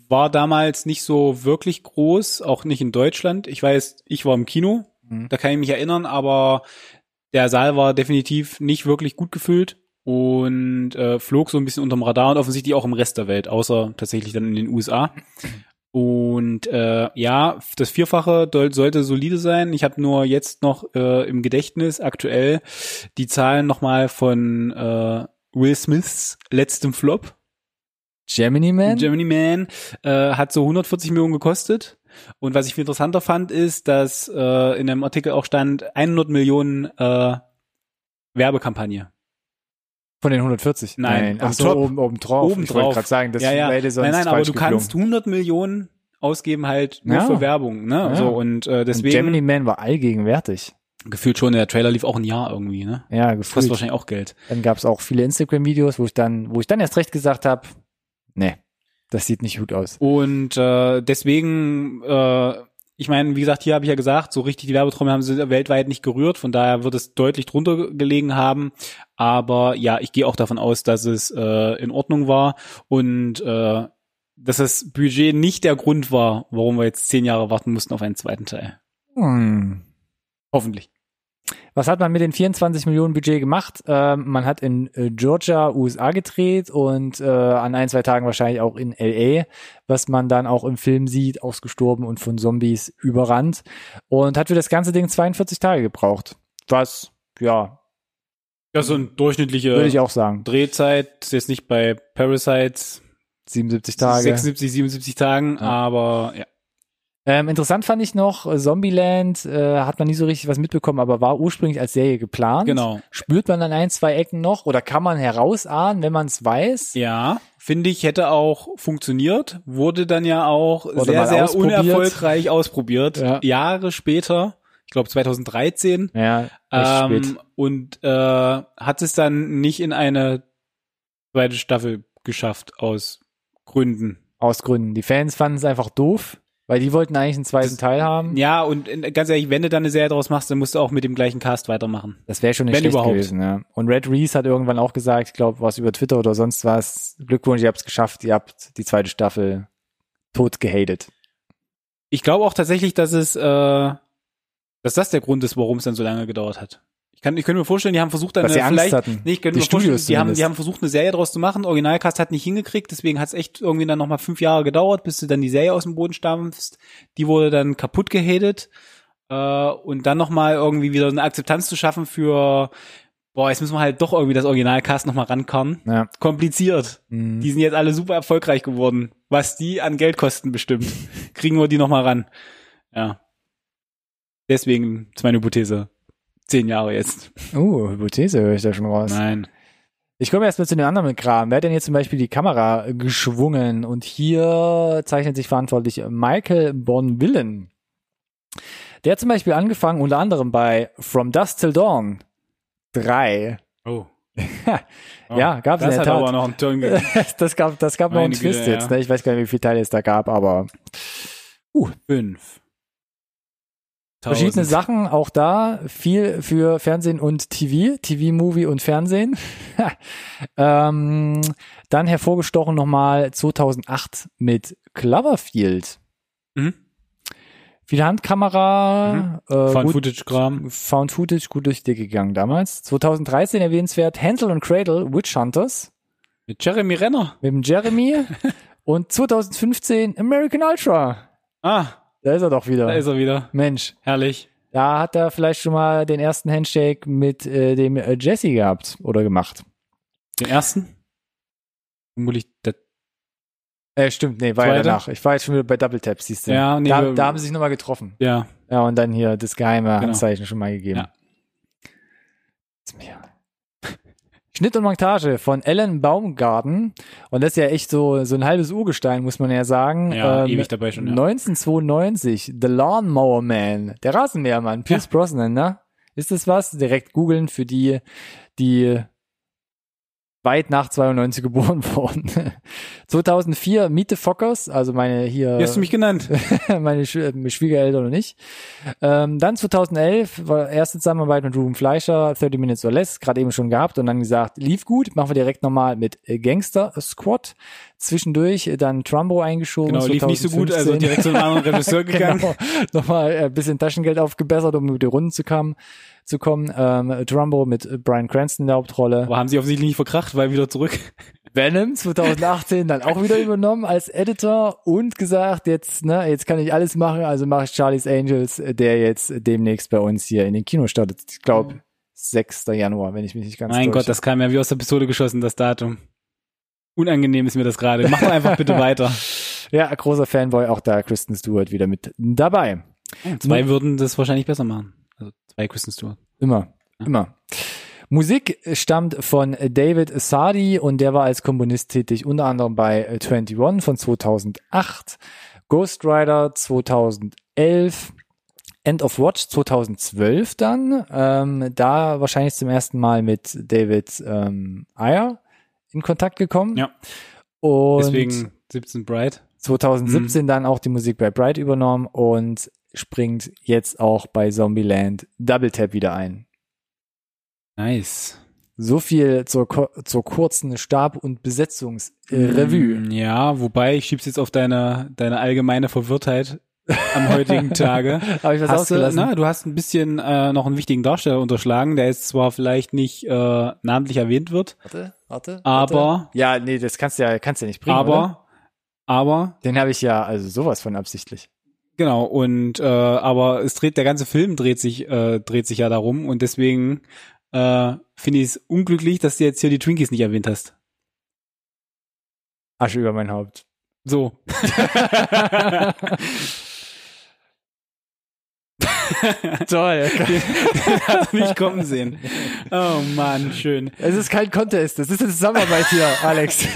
war damals nicht so wirklich groß, auch nicht in Deutschland. Ich weiß, ich war im Kino, Mhm. da kann ich mich erinnern, aber der Saal war definitiv nicht wirklich gut gefüllt und äh, flog so ein bisschen unterm Radar und offensichtlich auch im Rest der Welt, außer tatsächlich dann in den USA. Und äh, ja, das Vierfache doll- sollte solide sein. Ich habe nur jetzt noch äh, im Gedächtnis aktuell die Zahlen nochmal von äh, Will Smiths letztem Flop. Gemini Man? Germany Man äh, hat so 140 Millionen gekostet. Und was ich viel interessanter fand, ist, dass äh, in einem Artikel auch stand 100 Millionen äh, Werbekampagne. Von den 140? Nein, Ach am so, Top. oben, oben drauf. Oben ich wollte drauf. gerade sagen, das Ja, ja. wäre sonst nein, nein, aber falsch du kannst geklungen. 100 Millionen ausgeben halt nur Ja. für Werbung, ne? Ja. So und äh, Und deswegen Gemini Man war allgegenwärtig. gefühlt schon der Trailer lief auch ein Jahr irgendwie, ne? Ja, Kostet gefühlt. wahrscheinlich auch Geld. Dann gab es auch viele Instagram-Videos, wo ich dann, wo ich dann erst recht gesagt habe, nee, das sieht nicht gut aus. Und äh, deswegen, äh, ich meine, wie gesagt, hier habe ich ja gesagt, so richtig die Werbetrommel haben sie weltweit nicht gerührt, von daher wird es deutlich drunter ge- gelegen haben. Aber ja, ich gehe auch davon aus, dass es äh, in Ordnung war und äh, dass das Budget nicht der Grund war, warum wir jetzt zehn Jahre warten mussten auf einen zweiten Teil. Hm. Hoffentlich. Was hat man mit den 24 Millionen Budget gemacht? Ähm, man hat in äh, Georgia, USA gedreht und äh, an ein, zwei Tagen wahrscheinlich auch in LA, was man dann auch im Film sieht, ausgestorben und von Zombies überrannt. Und hat für das ganze Ding 42 Tage gebraucht. Was, ja, Ja, so ein durchschnittlicher würde ich auch sagen. Drehzeit, ist jetzt nicht bei Parasites 77 Tage. 76, 77 Tagen, Ja. aber ja. Ähm, interessant fand ich noch, äh, Zombieland äh, hat man nie so richtig was mitbekommen, aber war ursprünglich als Serie geplant. Genau. Spürt man an ein, zwei Ecken noch oder kann man herausahnen, wenn man es weiß? Ja, finde ich, hätte auch funktioniert, wurde dann ja auch Wurde sehr, mal sehr ausprobiert. unerfolgreich ausprobiert. Ja. Jahre später, ich glaube 2013. Ja, echt spät. Ähm, und äh, hat es dann nicht in eine zweite Staffel geschafft aus Gründen. aus Gründen. Die Fans fanden es einfach doof, weil die wollten eigentlich einen zweiten Das- Teil haben. Ja, und in, ganz ehrlich, wenn du dann eine Serie draus machst, dann musst du auch mit dem gleichen Cast weitermachen. Das wäre schon nicht Wenn schlecht überhaupt. gewesen. Ja. Und Red Reese hat irgendwann auch gesagt, ich glaube, was über Twitter oder sonst was, Glückwunsch, ihr habt es geschafft, ihr habt die zweite Staffel tot gehatet. Ich glaube auch tatsächlich, dass es, äh, dass das der Grund ist, warum es dann so lange gedauert hat. Ich kann, ich könnte mir vorstellen, die haben versucht, dann Dass äh, sie Angst vielleicht, hatten. Nee, ich könnte Die mir vorstellen, Studios die haben, die zumindest. haben versucht, eine Serie draus zu machen. Originalcast hat nicht hingekriegt, deswegen hat es echt irgendwie dann nochmal fünf Jahre gedauert, bis du dann die Serie aus dem Boden stampfst. Die wurde dann kaputt gehatet. Äh, und dann nochmal irgendwie wieder eine Akzeptanz zu schaffen für, boah, jetzt müssen wir halt doch irgendwie das Originalcast nochmal rankommen. Ja. Kompliziert. Mhm. Die sind jetzt alle super erfolgreich geworden. Was die an Geld kosten bestimmt. Kriegen wir die nochmal ran. Ja. Deswegen ist meine Hypothese. Zehn Jahre jetzt. Oh, Hypothese höre ich da schon raus. Nein. Ich komme erst mal zu den anderen Kram. Wer hat denn jetzt zum Beispiel die Kamera äh, geschwungen? Und hier zeichnet sich verantwortlich Michael Bonvillen. Der hat zum Beispiel angefangen, unter anderem bei From Dusk Till Dawn 3. Oh. Ja, gab's in das der hat Tat. aber noch einen Turn gegeben. das gab, das gab noch einen Meine Güte, Twist ja. jetzt. Ne? Ich weiß gar nicht, wie viele Teile es da gab, aber Fünf. verschiedene Sachen auch da. Viel für Fernsehen und TV, TV-Movie und Fernsehen. ähm, dann hervorgestochen nochmal 2008 mit Cloverfield. Mhm. Viel Handkamera, äh, Fun gut, Footage Kram. Found Footage, gut durch die gegangen damals. 2013 erwähnenswert Hansel und Cradle, Witch Hunters Mit Jeremy Renner. mit dem Jeremy und 2015 American Ultra. Ah, Da ist er doch wieder. da ist er wieder. Mensch. Herrlich. Da hat er vielleicht schon mal den ersten Handshake mit äh, dem äh, Jesse gehabt oder gemacht. Den ersten? Vermutlich der Äh, stimmt, nee, war ja Zweite? danach. Ich war jetzt schon wieder bei Double Tap, siehst du. Ja, nee, da, wir- da haben sie sich nochmal getroffen. Ja. Ja, und dann hier das geheime Genau. Handzeichen schon mal gegeben. Ja. Ist mir- Schnitt und Montage von Alan Baumgarten. Und das ist ja echt so, so ein halbes Urgestein, muss man ja sagen. Ähm, Ja, ewig dabei schon, ja. 1992, The Lawnmower Man, der Rasenmähermann, Pierce Brosnan, ne? Ist das was? Direkt googeln für die, die weit nach 92 geboren wurden. 2004 Miete Fockers, also meine hier Wie hast du mich genannt? meine Schw- äh, meine Schwiegereltern und ich. Ähm, dann 2011 war erste Zusammenarbeit mit Ruben Fleischer, 30 Minutes or Less, gerade eben schon gehabt und dann gesagt, lief gut, machen wir direkt nochmal mit äh, Gangster Squad. Zwischendurch äh, dann Trumbo eingeschoben. Genau, lief nicht so gut, also 2015. direkt zu einem anderen Regisseur gegangen. Genau, nochmal äh, ein bisschen Taschengeld aufgebessert, um über die Runden zu, kam, zu kommen. Ähm, Trumbo mit äh, Bryan Cranston in der Hauptrolle. Aber haben sie offensichtlich nicht verkracht, weil wieder zurück. Venom 2018 dann auch wieder übernommen als Editor und gesagt, jetzt, ne, jetzt kann ich alles machen, also mache ich Charlie's Angels, der jetzt demnächst bei uns hier in den Kino startet. Ich glaube, 6. Januar, wenn ich mich nicht ganz Mhm. Mein Gott, das kam ja wie aus der Pistole geschossen, das Datum. Unangenehm ist mir das gerade. Mach doch einfach bitte weiter. Ja, großer Fanboy, auch da Kristen Stewart wieder mit dabei. Zwei würden das wahrscheinlich besser machen. Also zwei Kristen Stewart. Immer, immer. Musik stammt von David Sadi und der war als Komponist tätig, unter anderem bei 21 von 2008, Ghost Rider 2011, End of Watch 2012 dann, ähm, da wahrscheinlich zum ersten Mal mit David ähm, Ayer in Kontakt gekommen. Ja. Und Deswegen Mhm. 17 Bright. 2017 dann auch die Musik bei Bright übernommen und springt jetzt auch bei Zombieland Double Tap wieder ein. Nice. So viel zur, ko- zur kurzen Stab- und Besetzungsrevue. Mm, Ja, wobei, ich schieb's jetzt auf deine, deine allgemeine Verwirrtheit am heutigen Tage. Habe ich was hast du, ne? ausgelassen? na, du hast ein bisschen äh, noch einen wichtigen Darsteller unterschlagen, der jetzt zwar vielleicht nicht äh, namentlich erwähnt wird, warte, warte. aber, Warte. Ja, nee, das kannst du ja, kannst du ja nicht bringen. aber, Oder? aber, Den habe ich ja, also sowas von absichtlich. genau, und äh, aber es dreht, der ganze Film dreht sich, äh, dreht sich ja darum und deswegen äh, finde ich es unglücklich, dass du jetzt hier die Twinkies nicht erwähnt hast. Asche über mein Haupt. So. Toll. nicht kommen sehen. Oh Mann, schön. Es ist kein Contest, das ist eine Zusammenarbeit hier, Alex.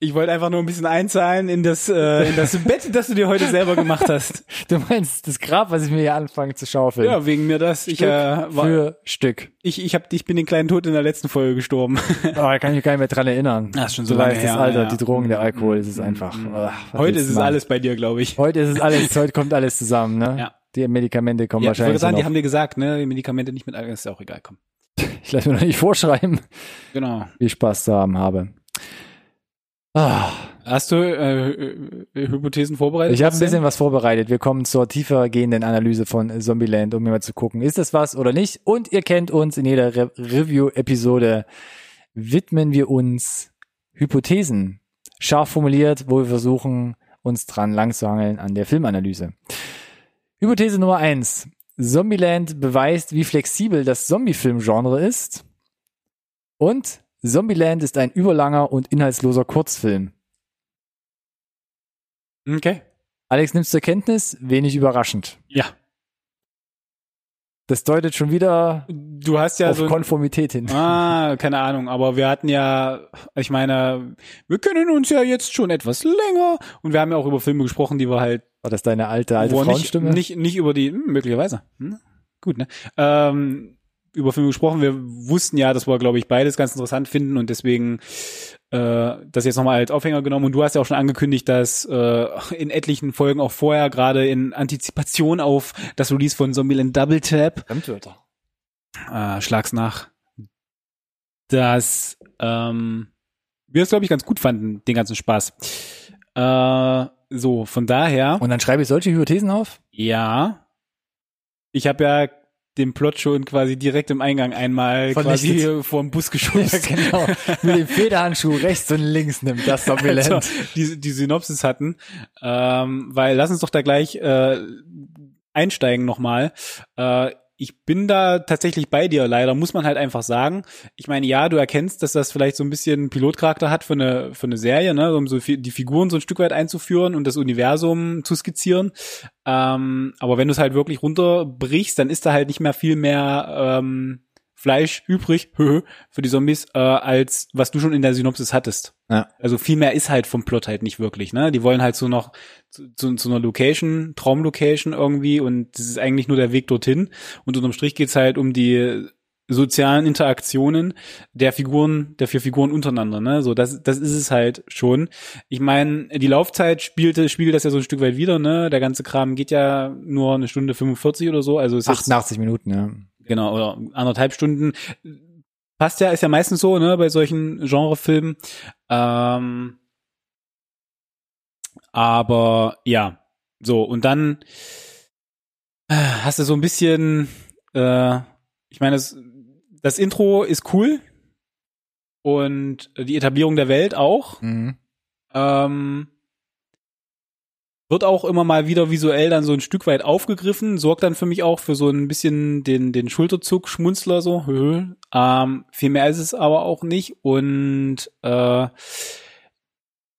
Ich wollte einfach nur ein bisschen einzahlen in das, äh, in das Bett, das du dir heute selber gemacht hast. Du meinst das Grab, was ich mir hier anfange zu schaufeln. Ja, wegen mir das. Ich, äh, war, Für Stück. ich, ich, hab, ich bin den kleinen Tod in der letzten Folge gestorben. Oh, da kann ich mich gar nicht mehr dran erinnern. Das Ah, ist schon Du so lange weißt, das her, Alter, ja. Mhm. die Drogen, der Alkohol, es ist einfach. ach, was Heute willst ist du es machen? alles bei dir, glaube ich. Heute ist es alles, heute kommt alles zusammen, ne? Ja. Die Medikamente kommen Ja, ich würde wahrscheinlich. sagen, die noch. haben dir gesagt, ne, Medikamente nicht mit Alkohol, ist ja auch egal, komm. ich lasse mir noch nicht vorschreiben, Genau. wie Spaß zu haben habe. Ah, Hast du äh, äh, Hypothesen vorbereitet? ich habe ein bisschen was vorbereitet. Wir kommen zur tiefer gehenden Analyse von Zombieland, um immer zu gucken, ist das was oder nicht. Und ihr kennt uns, in jeder Re Review-Episode widmen wir uns Hypothesen. Scharf formuliert, wo wir versuchen, uns dran langzuhangeln an der Filmanalyse. Hypothese Nummer eins: Zombieland beweist, wie flexibel das Zombie-Film-Genre ist. Und Zombieland ist ein überlanger und inhaltsloser Kurzfilm. Okay. Alex nimmt zur Kenntnis, wenig überraschend. Ja. Das deutet schon wieder Du hast ja auf so ein- Konformität hin. Ah, keine Ahnung, aber wir hatten ja, ich meine, wir kennen uns ja jetzt schon etwas länger und wir haben ja auch über Filme gesprochen, die wir halt War das deine alte, alte wo wir nicht, Frauenstimme? nicht, nicht über die, hm, möglicherweise. Hm? Gut, ne? Ähm, über Filme gesprochen, wir wussten ja, dass wir, glaube ich, beides ganz interessant finden und deswegen äh, das jetzt nochmal als Aufhänger genommen. Und du hast ja auch schon angekündigt, dass äh, in etlichen Folgen auch vorher, gerade in Antizipation auf das Release von Zombieland Double Tap, Fremdwörter. äh, schlag's nach, dass ähm, wir es, glaube ich, ganz gut fanden, den ganzen Spaß. Äh, so, von daher, Und dann schreibe ich solche Hypothesen auf? ja, ich habe ja den Plot schon quasi direkt im Eingang einmal Vernichtet. quasi vor den Bus geschubst. genau. Mit dem Federhandschuh rechts und links nimmt das so, Zombieland. Also, die, die Synopsis hatten. Ähm, weil lass uns doch da gleich äh, einsteigen nochmal. Äh, ich bin da tatsächlich bei dir, leider, muss man halt einfach sagen. Ich meine, ja, du erkennst, dass das vielleicht so ein bisschen Pilotcharakter hat für eine, für eine Serie, ne? um so viel, die Figuren so ein Stück weit einzuführen und das Universum zu skizzieren. Ähm, aber wenn du es halt wirklich runterbrichst, dann ist da halt nicht mehr viel mehr ähm, Fleisch übrig höhö, für die Zombies, äh, als was du schon in der Synopsis hattest. Ja. Also viel mehr ist halt vom Plot halt nicht wirklich. Ne? Die wollen halt so noch zu, zu, zu einer Location, Traumlocation irgendwie und das ist eigentlich nur der Weg dorthin. Und unterm Strich geht's halt um die sozialen Interaktionen der Figuren, der vier Figuren untereinander, ne? So, das, das ist es halt schon. Ich meine, die Laufzeit spielte, spiegelt das ja so ein Stück weit wieder, ne? Der ganze Kram geht ja nur eine Stunde 45 oder so, also es ist jetzt- 88 Minuten, ja. genau, oder anderthalb Stunden. Passt ja, ist ja meistens so, ne, bei solchen Genrefilmen. Ähm, aber ja, so, und dann äh, hast du so ein bisschen, äh, ich meine, das, das Intro ist cool und die Etablierung der Welt auch. Mhm. Ähm, wird auch immer mal wieder visuell dann so ein Stück weit aufgegriffen, sorgt dann für mich auch für so ein bisschen den, den Schulterzuck, Schmunzler so. hö, hö. Ähm, viel mehr ist es aber auch nicht. Und äh,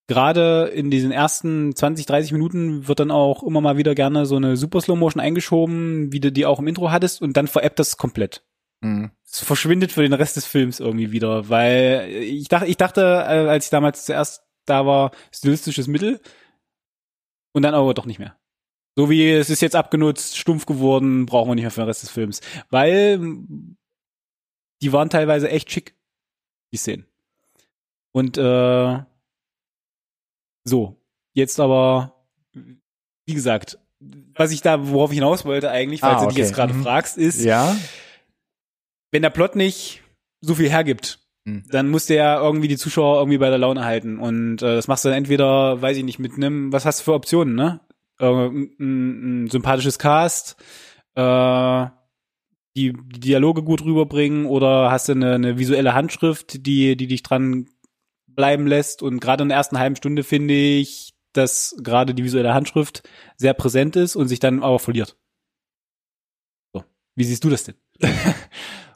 gerade in diesen ersten 20, 30 Minuten wird dann auch immer mal wieder gerne so eine Super Slow Motion eingeschoben, wie du die auch im Intro hattest, und dann veräppt das komplett Mhm. es verschwindet für den Rest des Films irgendwie wieder, weil ich dachte, ich dachte, äh, als ich damals zuerst da war, stilistisches Mittel und dann aber doch nicht mehr. So wie es ist jetzt abgenutzt, stumpf geworden, brauchen wir nicht mehr für den Rest des Films, weil m, die waren teilweise echt schick, die Szenen. Und äh, so, jetzt aber, wie gesagt, was ich da, worauf ich hinaus wollte eigentlich, falls Ah, du dich jetzt okay. gerade Mhm. fragst, ist, Ja. wenn der Plot nicht so viel hergibt, Hm. dann muss der irgendwie die Zuschauer irgendwie bei der Laune halten. Und äh, das machst du dann entweder, weiß ich nicht, mit einem, was hast du für Optionen, ne? Äh, ein, ein, ein sympathisches Cast, äh, die, die Dialoge gut rüberbringen oder hast du eine, eine visuelle Handschrift, die, die dich dran bleiben lässt. Und gerade in der ersten halben Stunde finde ich, dass gerade die visuelle Handschrift sehr präsent ist und sich dann aber verliert. So. Wie siehst du das denn?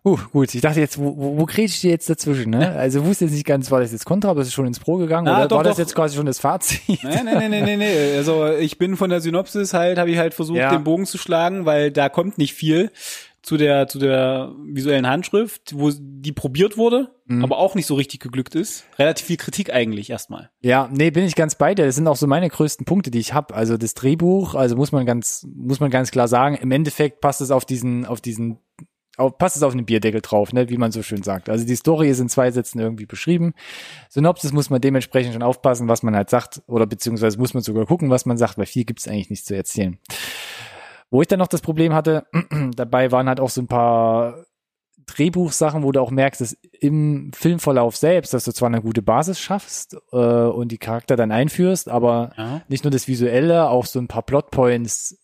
Uh, gut, ich dachte jetzt, wo, wo, wo kriege ich dir jetzt dazwischen? Ne? Also wusste jetzt nicht ganz, war das jetzt Kontra, aber es ist schon ins Pro gegangen? Ah, oder doch, war das doch. jetzt quasi schon das Fazit? Nein, nein, nein, nein, nein, nein. Also ich bin von der Synopsis halt, habe ich halt versucht, Ja. den Bogen zu schlagen, weil da kommt nicht viel zu der zu der visuellen Handschrift, wo die probiert wurde, Mhm. aber auch nicht so richtig geglückt ist. Relativ viel Kritik eigentlich erstmal. Ja, nee, bin ich ganz bei dir. Das sind auch so meine größten Punkte, die ich habe. Also das Drehbuch, also muss man ganz, muss man ganz klar sagen, im Endeffekt passt es auf diesen, auf diesen, auf, passt es auf den Bierdeckel drauf, ne, wie man so schön sagt. Also die Story ist in zwei Sätzen irgendwie beschrieben. Synopsis muss man dementsprechend schon aufpassen, was man halt sagt, oder beziehungsweise muss man sogar gucken, was man sagt, weil viel gibt's eigentlich nicht zu erzählen. Wo ich dann noch das Problem hatte, dabei waren halt auch so ein paar Drehbuchsachen, wo du auch merkst, dass im Filmverlauf selbst, dass du zwar eine gute Basis schaffst äh, und die Charakter dann einführst, aber Ja. nicht nur das Visuelle, auch so ein paar Plotpoints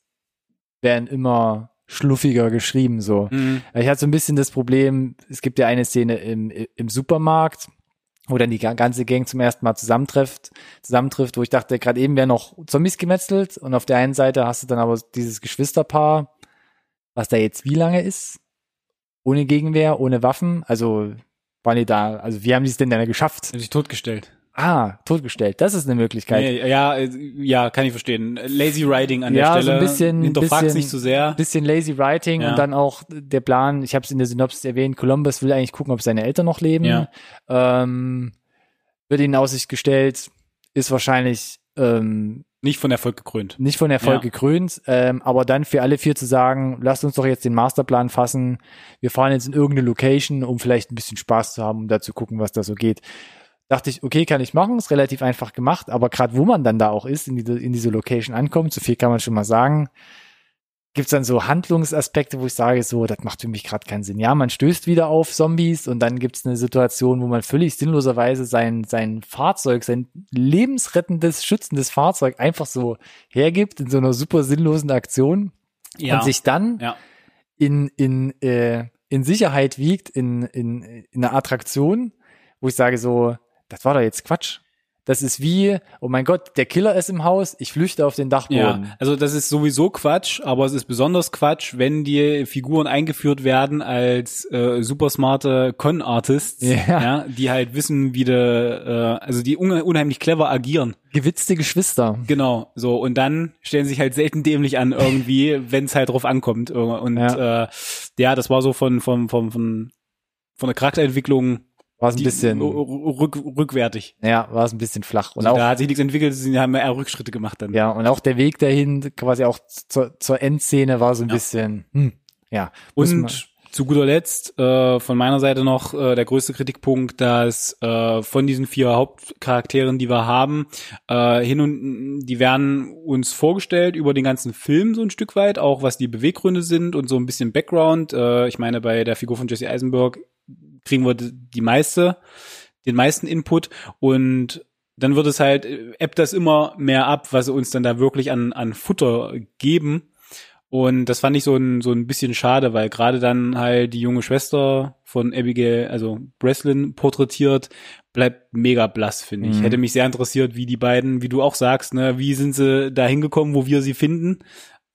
werden immer schluffiger geschrieben. So, Mhm. ich hatte so ein bisschen das Problem, es gibt ja eine Szene im, im Supermarkt, wo dann die ga- ganze Gang zum ersten Mal zusammentrifft, zusammentrifft, wo ich dachte, gerade eben wären noch Zombies gemetzelt und auf der einen Seite hast du dann aber dieses Geschwisterpaar, was da jetzt wie lange ist, ohne Gegenwehr, ohne Waffen, also waren die da, also wie haben die es denn dann geschafft? Hab ich totgestellt. Ah, totgestellt, das ist eine Möglichkeit. Nee, ja, äh, ja, kann ich verstehen. Lazy Riding an Ja, der so Stelle. ein bisschen- Hinterfragst bisschen- nicht zu sehr. bisschen lazy writing Ja. und dann auch der Plan, ich habe es in der Synopsis erwähnt, Columbus will eigentlich gucken, ob seine Eltern noch leben. Ja. Ähm, wird ihnen in Aussicht gestellt, ist wahrscheinlich ähm, Nicht von Erfolg gekrönt. nicht von Erfolg Ja. gekrönt, ähm, aber dann für alle vier zu sagen, lasst uns doch jetzt den Masterplan fassen, wir fahren jetzt in irgendeine Location, um vielleicht ein bisschen Spaß zu haben, um da zu gucken, was da so geht. Dachte ich, okay, kann ich machen, ist relativ einfach gemacht, aber gerade wo man dann da auch ist, in, diese in diese Location ankommt, so viel kann man schon mal sagen, gibt's dann so Handlungsaspekte, wo ich sage, so, das macht für mich gerade keinen Sinn. Ja, man stößt wieder auf Zombies und dann gibt's eine Situation, wo man völlig sinnloserweise sein, sein Fahrzeug, sein lebensrettendes, schützendes Fahrzeug einfach so hergibt in so einer super sinnlosen Aktion und sich dann Ja. in, in, äh, in Sicherheit wiegt, in, in, in einer Attraktion, wo ich sage so, das war doch jetzt Quatsch. Das ist wie, oh mein Gott, der Killer ist im Haus, ich flüchte auf den Dachboden. Ja, also das ist sowieso Quatsch, aber es ist besonders Quatsch, wenn die Figuren eingeführt werden als äh, super smarte Con-Artists, Ja. ja, die halt wissen, wie de, äh, also die unge- unheimlich clever agieren. Gewitzte Geschwister. Genau, so und dann stellen sie sich halt selten dämlich an irgendwie, wenn es halt drauf ankommt und ja. Ja. Äh, ja, das war so von von von von, von der Charakterentwicklung War es ein die- bisschen, rück, rückwärtig. ja, war es ein bisschen flach. Und Also auch, da hat sich nichts entwickelt, sie haben eher Rückschritte gemacht dann. ja, und auch der Weg dahin, quasi auch zur, zur Endszene war so ein Ja. bisschen, hm, ja. muss man- Und zu guter Letzt äh, von meiner Seite noch äh, der größte Kritikpunkt, dass äh, von diesen vier Hauptcharakteren, die wir haben, äh, hin und die werden uns vorgestellt über den ganzen Film so ein Stück weit, auch was die Beweggründe sind und so ein bisschen Background. Äh, ich meine, bei der Figur von Jesse Eisenberg kriegen wir d- die meiste, den meisten Input und dann wird es halt, äh, ebbt das immer mehr ab, was sie uns dann da wirklich an, an Futter geben. Und das fand ich so ein, so ein bisschen schade, weil gerade dann halt die junge Schwester von Abigail, also Breslin, porträtiert, bleibt mega blass, finde ich. Mhm. Hätte mich sehr interessiert, wie die beiden, wie du auch sagst, ne, wie sind sie da hingekommen, wo wir sie finden?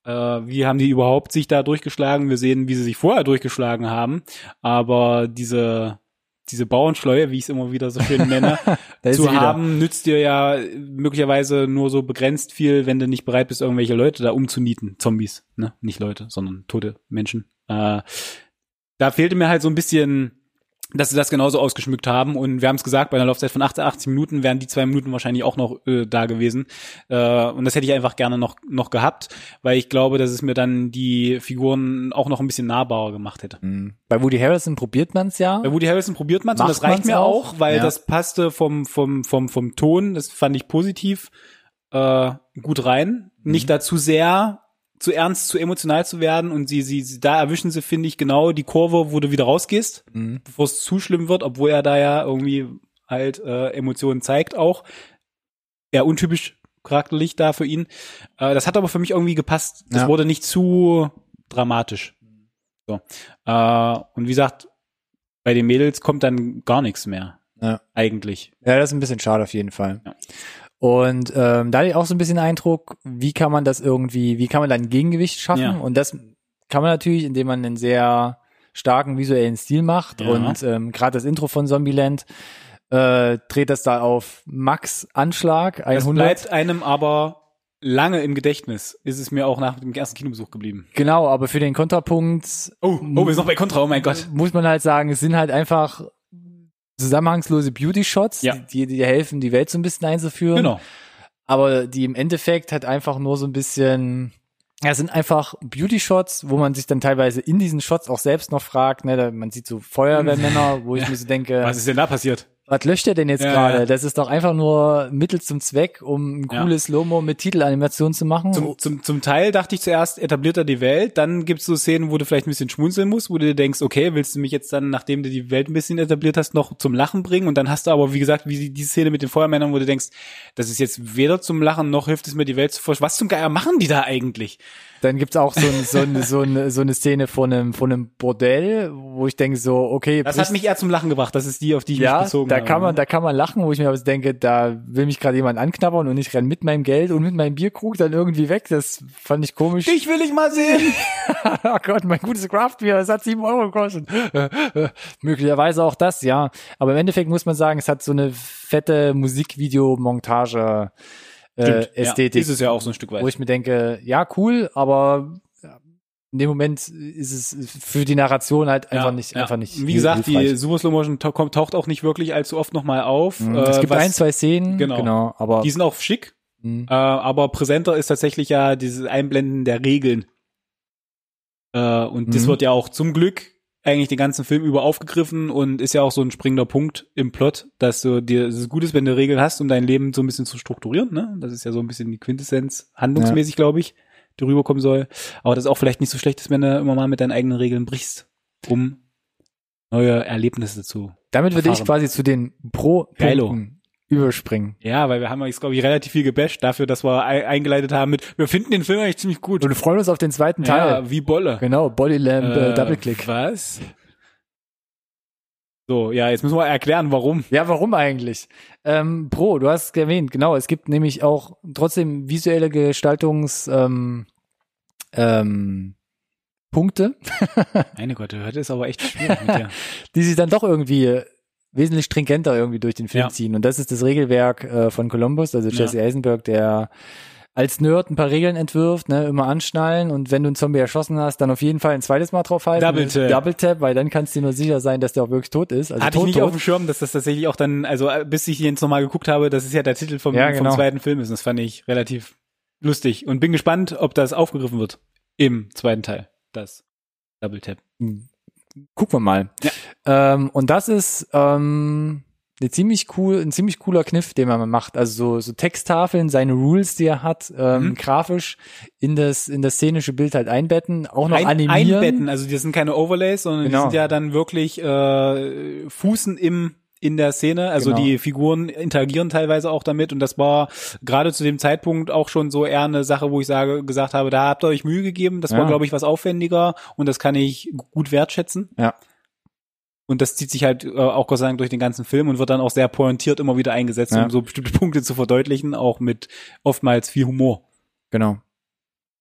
Äh, wie haben die überhaupt sich da durchgeschlagen? Wir sehen, wie sie sich vorher durchgeschlagen haben. Aber diese, diese Bauernschleue, wie ich es immer wieder so schön nenne, Da ist zu sie wieder. haben, nützt dir ja möglicherweise nur so begrenzt viel, wenn du nicht bereit bist, irgendwelche Leute da umzunieten. Zombies, ne? Nicht Leute, sondern tote Menschen. Äh, da fehlte mir halt so ein bisschen, dass sie das genauso ausgeschmückt haben. Und wir haben es gesagt, bei einer Laufzeit von 88 Minuten wären die zwei Minuten wahrscheinlich auch noch äh, da gewesen. Äh, und das hätte ich einfach gerne noch, noch gehabt, weil ich glaube, dass es mir dann die Figuren auch noch ein bisschen nahbarer gemacht hätte. Mhm. Bei Woody Harrison probiert man es ja. Bei Woody Harrison probiert man und Macht das reicht man's mir auch, auch? weil Ja. das passte vom, vom, vom, vom Ton, das fand ich positiv, äh, gut rein. Mhm. Nicht dazu sehr zu ernst, zu emotional zu werden und sie, sie, sie da erwischen sie, finde ich, genau die Kurve, wo du wieder rausgehst, Mhm. bevor es zu schlimm wird, obwohl er da ja irgendwie halt äh, Emotionen zeigt auch. Eher untypisch charakterlich da für ihn. Äh, das hat aber für mich irgendwie gepasst. Das Ja. wurde nicht zu dramatisch. So. Äh, und wie gesagt, bei den Mädels kommt dann gar nichts mehr. Ja. Eigentlich. Ja, das ist ein bisschen schade auf jeden Fall. Ja. Und ähm, da hatte ich auch so ein bisschen Eindruck, wie kann man das irgendwie, wie kann man da ein Gegengewicht schaffen? Ja. Und das kann man natürlich, indem man einen sehr starken visuellen Stil macht. Ja. Und ähm, gerade das Intro von Zombieland äh, dreht das da auf Max Anschlag Das 100. bleibt einem aber lange im Gedächtnis. Ist es mir auch nach dem ersten Kinobesuch geblieben. Genau, aber für den Kontrapunkt Oh, oh, wir sind noch bei Contra, oh mein Gott. muss man halt sagen, es sind halt einfach zusammenhangslose Beauty-Shots, Ja. die, die dir helfen, die Welt so ein bisschen einzuführen. Genau. aber die im Endeffekt halt einfach nur so ein bisschen, ja, es sind einfach Beauty-Shots, wo man sich dann teilweise in diesen Shots auch selbst noch fragt, ne, da, man sieht so Feuerwehrmänner, wo ich mir so denke, Was was, ist denn da passiert? löscht der denn jetzt Ja, gerade? ja. Das ist doch einfach nur Mittel zum Zweck, um ein Ja. cooles Lomo mit Titelanimation zu machen. Zum, zum, zum Teil dachte ich zuerst, etabliert er die Welt, dann gibt's so Szenen, wo du vielleicht ein bisschen schmunzeln musst, wo du dir denkst, okay, willst du mich jetzt dann, nachdem du die Welt ein bisschen etabliert hast, noch zum Lachen bringen? Und dann hast du aber, wie gesagt, wie die, die Szene mit den Feuermännern, wo du denkst, das ist jetzt weder zum Lachen, noch hilft es mir, die Welt zu forschen. Was zum Geier machen die da eigentlich? Dann gibt's auch so, ein, so, ein, so, eine, so eine Szene von einem, von einem Bordell, wo ich denke so, okay, Das hat bricht- mich eher zum Lachen gebracht, das ist die, auf die ich mich ja, bezogen da habe. kann man, ne? da kann man lachen, wo ich mir aber denke, da will mich gerade jemand anknabbern und ich renn mit meinem Geld und mit meinem Bierkrug dann irgendwie weg. Das fand ich komisch. Dich will ich mal sehen! oh Gott, mein gutes Craftbier, das hat sieben Euro gekostet. Möglicherweise auch das, ja. Aber im Endeffekt muss man sagen, es hat so eine fette Musikvideo-Montage äh, Stimmt, Ja, Ästhetik, ist es ja auch so ein Stück weit. wo ich mir denke, ja, cool, aber in dem Moment ist es für die Narration halt einfach Ja, nicht, ja. einfach nicht. Wie gesagt, hilfreich. die Super Slow Motion ta kommt- taucht auch nicht wirklich allzu oft nochmal auf. Mhm. es gibt äh, was- ein, zwei Szenen, genau. genau, aber Die sind auch schick, Mhm. Äh, aber präsenter ist tatsächlich ja dieses Einblenden der Regeln. Äh, und das Mhm. wird ja auch zum Glück eigentlich den ganzen Film über aufgegriffen und ist ja auch so ein springender Punkt im Plot, dass du dir dass es gut ist, wenn du Regeln hast, um dein Leben so ein bisschen zu strukturieren. Ne? Das ist ja so ein bisschen die Quintessenz, handlungsmäßig, glaube ich, die rüberkommen soll. Aber das ist auch vielleicht nicht so schlecht, ist, wenn du immer mal mit deinen eigenen Regeln brichst, um neue Erlebnisse zu. Damit würde ich erfahren. quasi zu den Pro-Punkten Geilo. überspringen. Ja, weil wir haben jetzt, glaube ich, relativ viel gebasht dafür, dass wir ei- eingeleitet haben mit, wir finden den Film eigentlich ziemlich gut. Und wir freuen uns auf den zweiten Teil. Ja, wie Bolle. Genau, Bodylamp, äh, Double Click. Was? So, ja, jetzt müssen wir erklären, warum. Ja, warum eigentlich? Ähm, Pro, du hast es erwähnt, genau. Es gibt nämlich auch trotzdem visuelle Gestaltungs ähm, ähm, Punkte, Meine Güte, heute ist aber echt schwierig mit dir. die sich dann doch irgendwie wesentlich stringenter irgendwie durch den Film Ja. ziehen. Und das ist das Regelwerk äh, von Columbus, also Jesse Eisenberg, der als Nerd ein paar Regeln entwirft, ne, immer anschnallen und wenn du einen Zombie erschossen hast, dann auf jeden Fall ein zweites Mal draufhalten. Double Tap. Double Tap, weil dann kannst du dir nur sicher sein, dass der auch wirklich tot ist. Also Hatte ich tot, nicht tot. auf dem Schirm, dass das tatsächlich auch dann, also äh, bis ich jetzt nochmal geguckt habe, das ist ja der Titel vom, Ja, genau. vom zweiten Film ist. Und Das fand ich relativ lustig und bin gespannt, ob das aufgegriffen wird im zweiten Teil. Das Double Tap. gucken wir mal. Ähm, und das ist ähm, eine ziemlich cool, ein ziemlich cooler Kniff, den man macht. Also so, so Texttafeln, seine Rules, die er hat, ähm, Mhm. grafisch in das in das szenische Bild halt einbetten, auch noch Ein- animieren. Einbetten, also die sind keine Overlays, sondern die Genau. sind ja dann wirklich äh, Fußen im in der Szene. Also Genau. die Figuren interagieren teilweise auch damit und das war gerade zu dem Zeitpunkt auch schon so eher eine Sache, wo ich sage, gesagt habe, da habt ihr euch Mühe gegeben. Das war, Ja. glaube ich, was aufwendiger und das kann ich gut wertschätzen. Ja. Und das zieht sich halt äh, auch Gott sei Dank durch den ganzen Film und wird dann auch sehr pointiert immer wieder eingesetzt, Ja. um so bestimmte Punkte zu verdeutlichen, auch mit oftmals viel Humor. Genau.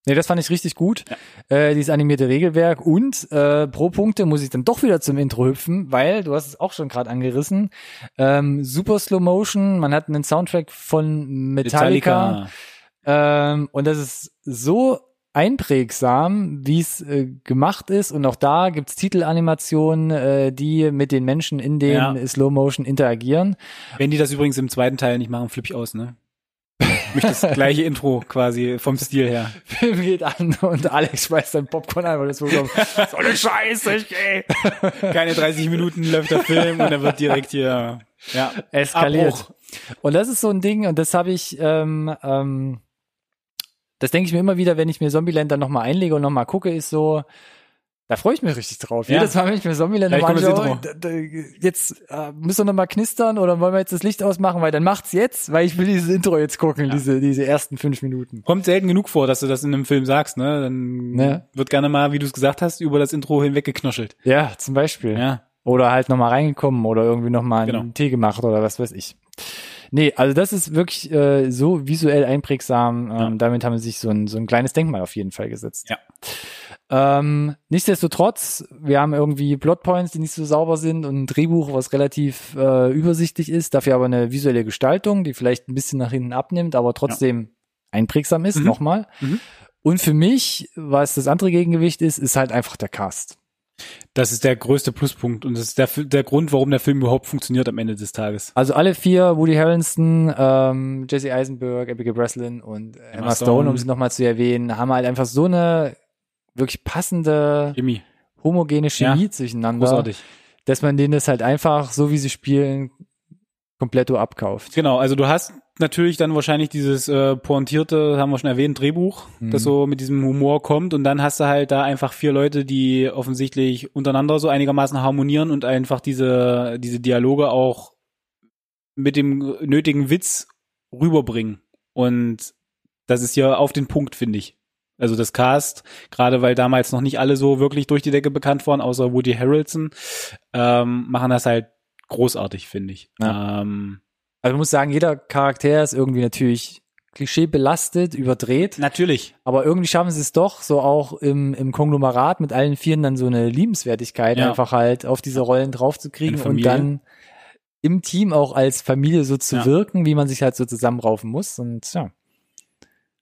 Nee, das fand ich richtig gut. Äh, dieses animierte Regelwerk und äh, pro Punkte muss ich dann doch wieder zum Intro hüpfen, weil du hast es auch schon gerade angerissen. Ähm, super Slow Motion, man hat einen Soundtrack von Metallica, Ähm, und das ist so einprägsam, wie es äh, gemacht ist. Und auch da gibt's Titelanimationen, äh, die mit den Menschen in den Ja. äh, Slow Motion interagieren. Wenn die das übrigens im zweiten Teil nicht machen, flipp ich aus, ne? Mich das gleiche Intro quasi vom Stil her. Film geht an und Alex schmeißt sein Popcorn ein, weil das so kommt. So eine Scheiße, ich geh. Keine 30 Minuten läuft der Film und dann wird direkt hier ja, eskaliert. Abbruch. Und das ist so ein Ding, und das habe ich, ähm, ähm, das denke ich mir immer wieder, wenn ich mir Zombieland dann nochmal einlege und nochmal gucke, ist so, da freue ich mich richtig drauf. Ja. Jedes Mal, wenn ich mir Zombieland Gleich nochmal kommt anschaue, das d- d- jetzt äh, müssen wir nochmal knistern oder wollen wir jetzt das Licht ausmachen, weil dann macht's jetzt, weil ich will dieses Intro jetzt gucken, diese, diese ersten fünf Minuten. Kommt selten genug vor, dass du das in einem Film sagst, ne? Dann Ne. wird gerne mal, wie du es gesagt hast, über das Intro hinweg geknoschelt. Ja, zum Beispiel. Ja. Oder halt nochmal reingekommen oder irgendwie nochmal Genau. einen Tee gemacht oder was weiß ich. Nee, also das ist wirklich äh, so visuell einprägsam. Ähm, Ja. Damit haben sie sich so ein, so ein kleines Denkmal auf jeden Fall gesetzt. Ja. Ähm, nichtsdestotrotz, wir haben irgendwie Plotpoints, die nicht so sauber sind und ein Drehbuch, was relativ äh, übersichtlich ist, dafür aber eine visuelle Gestaltung, die vielleicht ein bisschen nach hinten abnimmt, aber trotzdem einprägsam ist, Mhm. nochmal. Mhm. Und für mich, was das andere Gegengewicht ist, ist halt einfach der Cast. Das ist der größte Pluspunkt und das ist der, der Grund, warum der Film überhaupt funktioniert am Ende des Tages. Also alle vier, Woody Harrelson, ähm, Jesse Eisenberg, Abigail Breslin und Emma, Emma Stone, Stone. um sie nochmal zu erwähnen, haben halt einfach so eine wirklich passende, Jimmy, homogene Chemie Ja, zueinander, großartig. dass man denen das halt einfach, so wie sie spielen, komplett abkauft. Genau, also du hast natürlich dann wahrscheinlich dieses äh, pointierte, haben wir schon erwähnt, Drehbuch, das so mit diesem Humor kommt und dann hast du halt da einfach vier Leute, die offensichtlich untereinander so einigermaßen harmonieren und einfach diese, diese Dialoge auch mit dem nötigen Witz rüberbringen. Und das ist ja auf den Punkt, finde ich. Also das Cast, gerade weil damals noch nicht alle so wirklich durch die Decke bekannt waren, außer Woody Harrelson, ähm, machen das halt großartig, finde ich. Ähm, Also man muss sagen, jeder Charakter ist irgendwie natürlich klischeebelastet, überdreht, Natürlich. aber irgendwie schaffen sie es doch, so auch im, im Konglomerat mit allen Vieren dann so eine Liebenswertigkeit Ja. einfach halt auf diese Rollen draufzukriegen Eine und Familie. dann im Team auch als Familie so zu Ja. wirken, wie man sich halt so zusammenraufen muss und ja.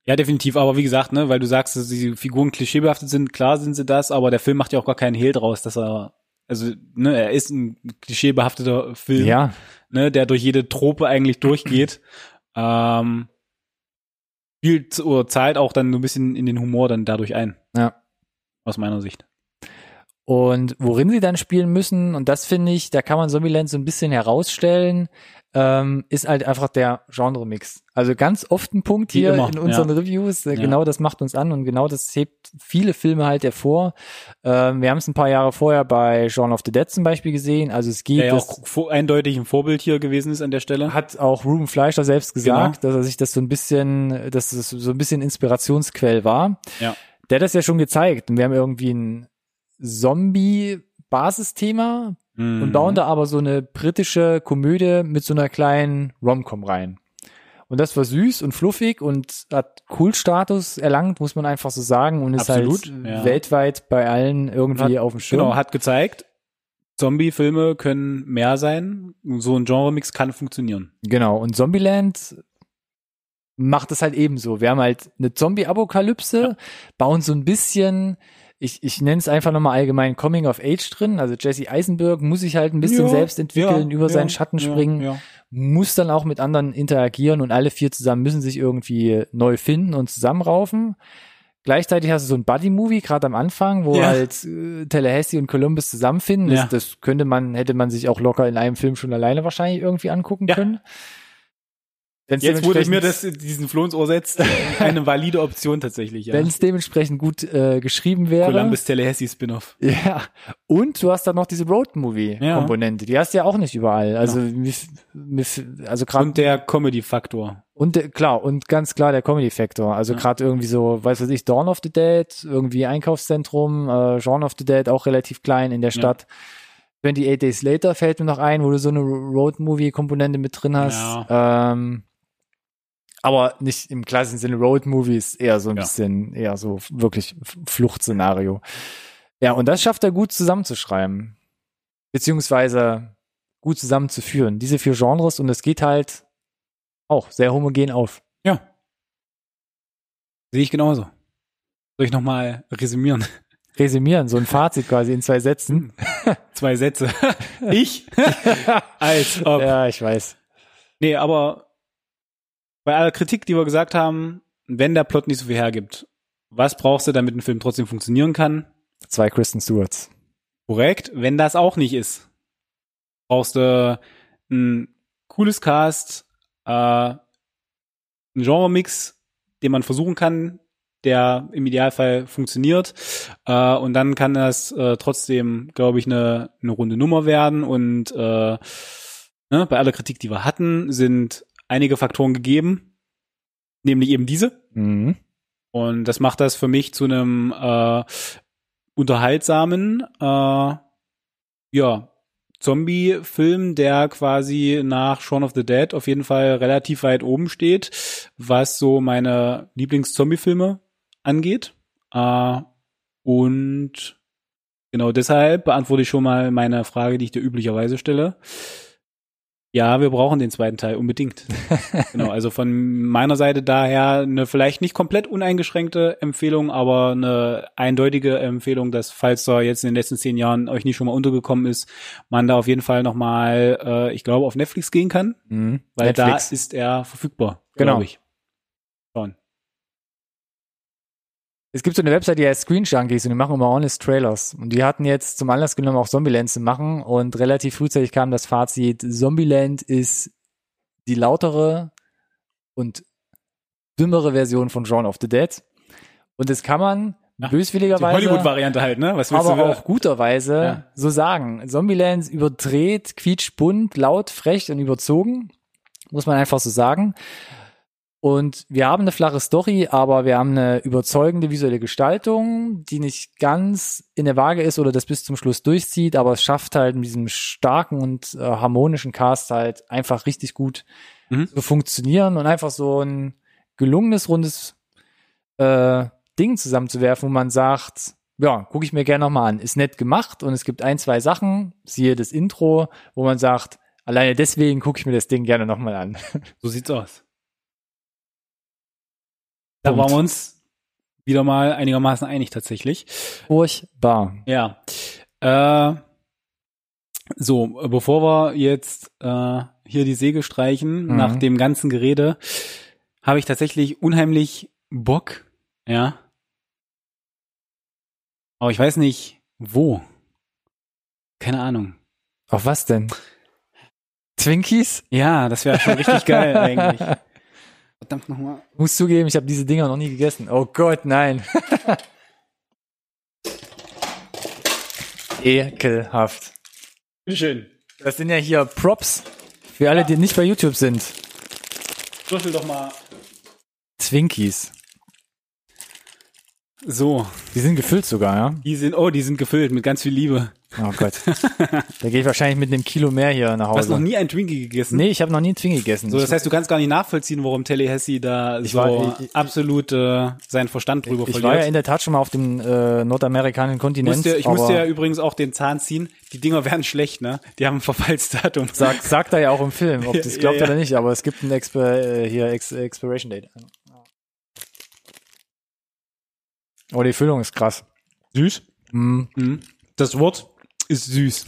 Ja, definitiv. Aber wie gesagt, ne, weil du sagst, dass die Figuren klischeebehaftet sind, klar sind sie das, aber der Film macht ja auch gar keinen Hehl draus, dass er, also, ne, er ist ein klischeebehafteter Film, Ja, ne, der durch jede Trope eigentlich durchgeht. ähm, viel zu- oder zahlt auch dann so ein bisschen in den Humor dann dadurch ein. Ja. Aus meiner Sicht. Und worin sie dann spielen müssen, und das finde ich, da kann man Zombieland so ein bisschen herausstellen, ähm, ist halt einfach der Genre-Mix. Also ganz oft ein Punkt Wie hier immer, in unseren Reviews, äh, Ja. genau das macht uns an und genau das hebt viele Filme halt hervor. Ähm, wir haben es ein paar Jahre vorher bei Shaun of the Dead zum Beispiel gesehen, also es geht, Der ja das auch vor- eindeutig ein Vorbild hier gewesen ist an der Stelle. hat auch Ruben Fleischer selbst Genau. gesagt, dass er sich das so ein bisschen, dass das so ein bisschen Inspirationsquell war. Ja. Der hat das ja schon gezeigt und wir haben irgendwie ein Zombie-Basisthema, Hm. und Mhm. bauen da aber so eine britische Komödie mit so einer kleinen Rom-Com rein. Und das war süß und fluffig und hat Kultstatus erlangt, muss man einfach so sagen und ist Absolut, halt ja. weltweit bei allen irgendwie Hat- auf dem Schirm. Genau, hat gezeigt, Zombie-Filme können mehr sein. So ein Genre-Mix kann funktionieren. Genau, und Zombieland macht das halt ebenso. Wir haben halt eine Zombie-Apokalypse, bauen so ein bisschen, ich, ich nenne es einfach nochmal allgemein Coming of Age drin. Also Jesse Eisenberg muss sich halt ein bisschen Ja, selbst entwickeln, ja, über ja, seinen Schatten ja, springen, Ja. muss dann auch mit anderen interagieren und alle vier zusammen müssen sich irgendwie neu finden und zusammenraufen. Gleichzeitig hast du so ein Buddy-Movie, gerade am Anfang, wo Ja. halt äh, Tallahassee und Columbus zusammenfinden. Das, Ja. das könnte man, hätte man sich auch locker in einem Film schon alleine wahrscheinlich irgendwie angucken Ja. können. Wenn's Jetzt, wo du mir dementsprechend- das, diesen Floh ins Ohr setzt, eine valide Option tatsächlich, ja. Wenn es dementsprechend gut äh, geschrieben wäre. Columbus Tallahassee Spin-off. Ja. Und du hast dann noch diese Ja. Genau. Road-Movie-Komponente. Die hast du ja auch nicht überall. Also, mir f- mir f- also gerade Und der Comedy-Faktor. Und der- klar, und ganz klar der Comedy-Faktor. Also Ja. gerade irgendwie so, weiß was ich, Dawn of the Dead, irgendwie Einkaufszentrum, äh, Dawn of the Dead, auch relativ klein in der Stadt. 28 Days Later fällt mir noch ein, wo du so eine Road-Movie-Komponente mit drin hast. Ähm, aber nicht im klassischen Sinne Road-Movie, ist eher so ein Ja. bisschen, eher so f- wirklich F- Fluchtszenario. Ja, und das schafft er gut zusammenzuschreiben. Beziehungsweise gut zusammenzuführen. Diese vier Genres und es geht halt auch sehr homogen auf. Ja. Sehe ich genauso. Soll ich nochmal resümieren? Resümieren, so ein Fazit quasi in zwei Sätzen. Zwei Sätze. ich? Als ob. Ja, ich weiß. Nee, aber bei aller Kritik, die wir gesagt haben, wenn der Plot nicht so viel hergibt, was brauchst du, damit ein Film trotzdem funktionieren kann? Zwei Kristen Stewarts. Korrekt, wenn das auch nicht ist. Brauchst du ein cooles Cast, äh, einen Genre-Mix, den man versuchen kann, der im Idealfall funktioniert. Äh, und dann kann das äh, trotzdem, glaube ich, eine, eine runde Nummer werden. Und äh, ne, bei aller Kritik, die wir hatten, sind einige Faktoren gegeben, nämlich eben diese. Mhm. Und das macht das für mich zu einem äh, unterhaltsamen, äh, ja, Zombie-Film, der quasi nach Shaun of the Dead auf jeden Fall relativ weit oben steht, was so meine Lieblings-Zombie-Filme angeht. Äh, und genau deshalb beantworte ich schon mal meine Frage, die ich dir üblicherweise stelle. Ja, wir brauchen den zweiten Teil unbedingt. Genau, also von meiner Seite daher eine vielleicht nicht komplett uneingeschränkte Empfehlung, aber eine eindeutige Empfehlung, dass falls da jetzt in den letzten zehn Jahren euch nicht schon mal untergekommen ist, man da auf jeden Fall nochmal, äh, ich glaube, auf Netflix gehen kann, Mhm. weil Netflix. da ist er verfügbar. Genau. glaub Ich. Schauen. Es gibt so eine Website, die heißt Screen Junkies und die machen immer Honest Trailers. Und die hatten jetzt zum Anlass genommen, auch Zombieland zu machen. Und relativ frühzeitig kam das Fazit, Zombieland ist die lautere und dümmere Version von Shaun of the Dead. Und das kann man Ja, Die böswilligerweise, Hollywood-Variante halt, ne? Was willst aber du auch guterweise Ja. so sagen. Zombieland überdreht, quietschbunt, laut, frech und überzogen. Muss man einfach so sagen. Und wir haben eine flache Story, aber wir haben eine überzeugende visuelle Gestaltung, die nicht ganz in der Waage ist oder das bis zum Schluss durchzieht, aber es schafft halt mit diesem starken und äh, harmonischen Cast halt einfach richtig gut Mhm. zu funktionieren und einfach so ein gelungenes, rundes äh, Ding zusammenzuwerfen, wo man sagt, ja, gucke ich mir gerne nochmal an. Ist nett gemacht und es gibt ein, zwei Sachen, siehe das Intro, wo man sagt, alleine deswegen gucke ich mir das Ding gerne nochmal an. So sieht's aus. Da Punkt. waren wir uns wieder mal einigermaßen einig tatsächlich. Furchtbar. Ja. Äh, so, äh, bevor wir jetzt äh, hier die Segel streichen, Mhm. nach dem ganzen Gerede, habe ich tatsächlich unheimlich Bock, ja. Aber ich weiß nicht, wo. Keine Ahnung. Auf was denn? Twinkies? Ja, das wäre schon richtig geil eigentlich. Verdammt nochmal. Muss zugeben, ich habe diese Dinger noch nie gegessen. Oh Gott, nein. Ekelhaft. Bitteschön. Das sind ja hier Props für alle, die nicht bei YouTube sind. Würfel doch mal. Twinkies. So, Die sind gefüllt sogar, ja? die sind, oh, die sind gefüllt mit ganz viel Liebe. Oh Gott. da gehe ich wahrscheinlich mit einem Kilo mehr hier nach Hause. Hast noch nie ein Twinkie gegessen? nee, ich habe noch nie einen Twinkie gegessen. So, das heißt, du kannst gar nicht nachvollziehen, warum Tallahassee da so war- ich- ich- absolut äh, seinen Verstand drüber ich war ja verliert. in der Tat schon mal auf dem äh, nordamerikanischen Kontinent. musste, ich aber musste ja übrigens auch den Zahn ziehen. Die Dinger werden schlecht, ne? Die haben ein Verfallsdatum. Sagt, sagt er ja auch im Film, ob das Ja, glaubt ja. oder nicht, aber es gibt ein Exper äh, hier Ex Expiration Date. Oh, die Füllung ist krass. Süß. Mhm. Mm. Das Wort ist süß.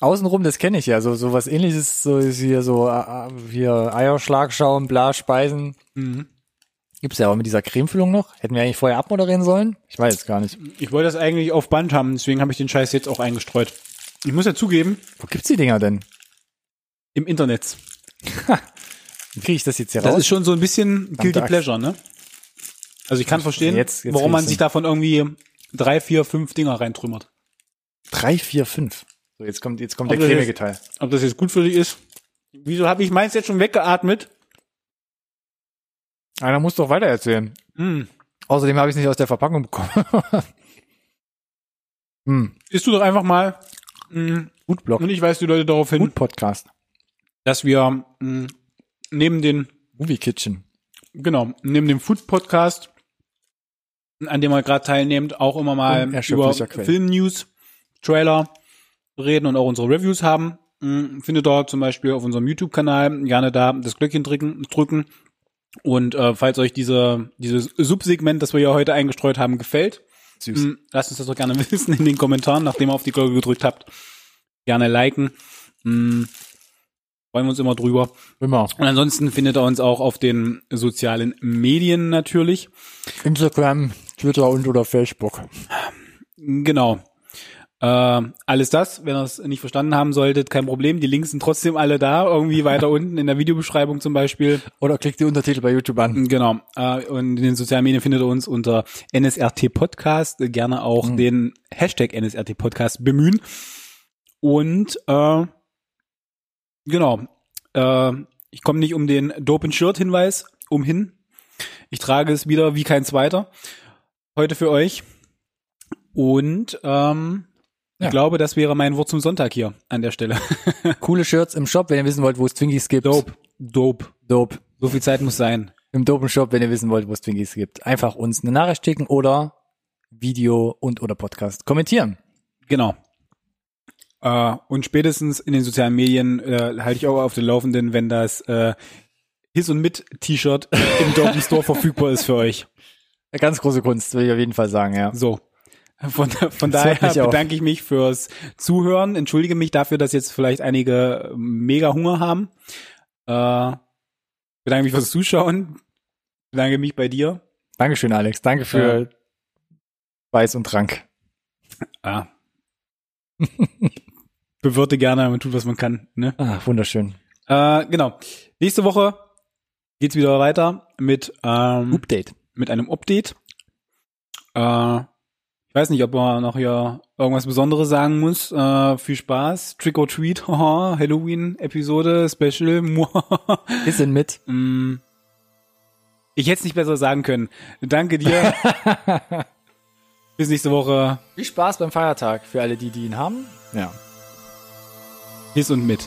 Außenrum, das kenne ich ja, so, so was ähnliches, so ist hier so äh, hier Eierschlagschaum, bla, Speisen. Mhm. Gibt's ja aber mit dieser Cremefüllung noch. Hätten wir eigentlich vorher abmoderieren sollen? Ich weiß es gar nicht. Ich wollte das eigentlich auf Band haben, deswegen habe ich den Scheiß jetzt auch eingestreut. Ich muss ja zugeben, Wo gibt's die Dinger denn? im Internet. Kriege ich das jetzt hier Das raus? ist schon so ein bisschen Guilty Axt. Pleasure, ne? Also ich kann verstehen, Jetzt- jetzt warum man kriegst sich du- davon irgendwie drei, vier, fünf Dinger reintrümmert. Drei, vier, fünf. So, jetzt kommt, jetzt kommt Aber der Also das ist- cremige Teil. Ob das jetzt gut für dich ist? Wieso habe ich meins jetzt schon weggeatmet? Einer Ah, muss doch weiter erzählen. Hm. Außerdem habe ich es nicht aus der Verpackung bekommen. hm, Isst du doch einfach mal. Hm. gut Blog. Und ich weise die Leute darauf hin, Gut Podcast. dass wir hm, neben den Movie Kitchen. Genau, neben dem Food Podcast, an dem ihr gerade teilnehmt, auch immer mal über Unerschöpflicher Quell. Filmnews, Trailer reden und auch unsere Reviews haben. Mm, Findet ihr zum Beispiel auf unserem YouTube-Kanal gerne da das Glöckchen drücken. drücken. Und äh, falls euch diese, dieses Subsegment, das wir ja heute eingestreut haben, gefällt, Süß. mm, lasst uns das doch gerne wissen in den Kommentaren, nachdem ihr auf die Glocke gedrückt habt. Gerne liken. Mm, Freuen wir uns immer drüber. Immer. Und ansonsten findet ihr uns auch auf den sozialen Medien natürlich. Instagram, Twitter und oder Facebook. Genau. Äh, alles das, wenn ihr es nicht verstanden haben solltet, kein Problem. Die Links sind trotzdem alle da, irgendwie weiter unten in der Videobeschreibung zum Beispiel. Oder klickt die Untertitel bei YouTube an. Genau. Äh, und in den sozialen Medien findet ihr uns unter NSRT Podcast. Äh, Gerne auch den Hashtag NSRT Podcast bemühen. Und äh, genau. Äh, ich komme nicht um den Dopen Shirt Hinweis umhin. Ich trage es wieder wie kein zweiter. Heute für euch. Und ähm, Ja. ich glaube, das wäre mein Wort zum Sonntag hier an der Stelle. Coole Shirts im Shop, wenn ihr wissen wollt, wo es Twinkies gibt. Dope. Dope. So viel Zeit muss sein. Im dopen Shop, wenn ihr wissen wollt, wo es Twinkies gibt. Einfach uns eine Nachricht schicken oder Video und oder Podcast kommentieren. Genau. Äh, und spätestens in den sozialen Medien äh, halte ich auch auf den Laufenden, wenn das äh, His und Mit T-Shirt im Dopen Store verfügbar ist für euch. Eine ganz große Kunst, will ich auf jeden Fall sagen, ja. So. Von, von Das hört daher mich auf. bedanke ich mich fürs Zuhören. Entschuldige mich dafür, dass jetzt vielleicht einige äh, mega Hunger haben. Äh, bedanke mich fürs Zuschauen. Bedanke mich bei dir. Dankeschön, Alex. Danke für Weiß und Trank. Ah. Bewirte gerne, man tut, was man kann. Ne? Ah, wunderschön. Äh, genau. Nächste Woche geht's wieder weiter mit, ähm, Update. mit einem Update. Äh, ich weiß nicht, ob man noch hier irgendwas Besonderes sagen muss. Äh, viel Spaß. Trick or Treat. haha, Halloween-Episode, Special. muah. Ist in mit. Mm. ich hätte es nicht besser sagen können. Danke dir. Bis nächste Woche. Viel Spaß beim Feiertag für alle, die, die ihn haben. Ja. His und mit.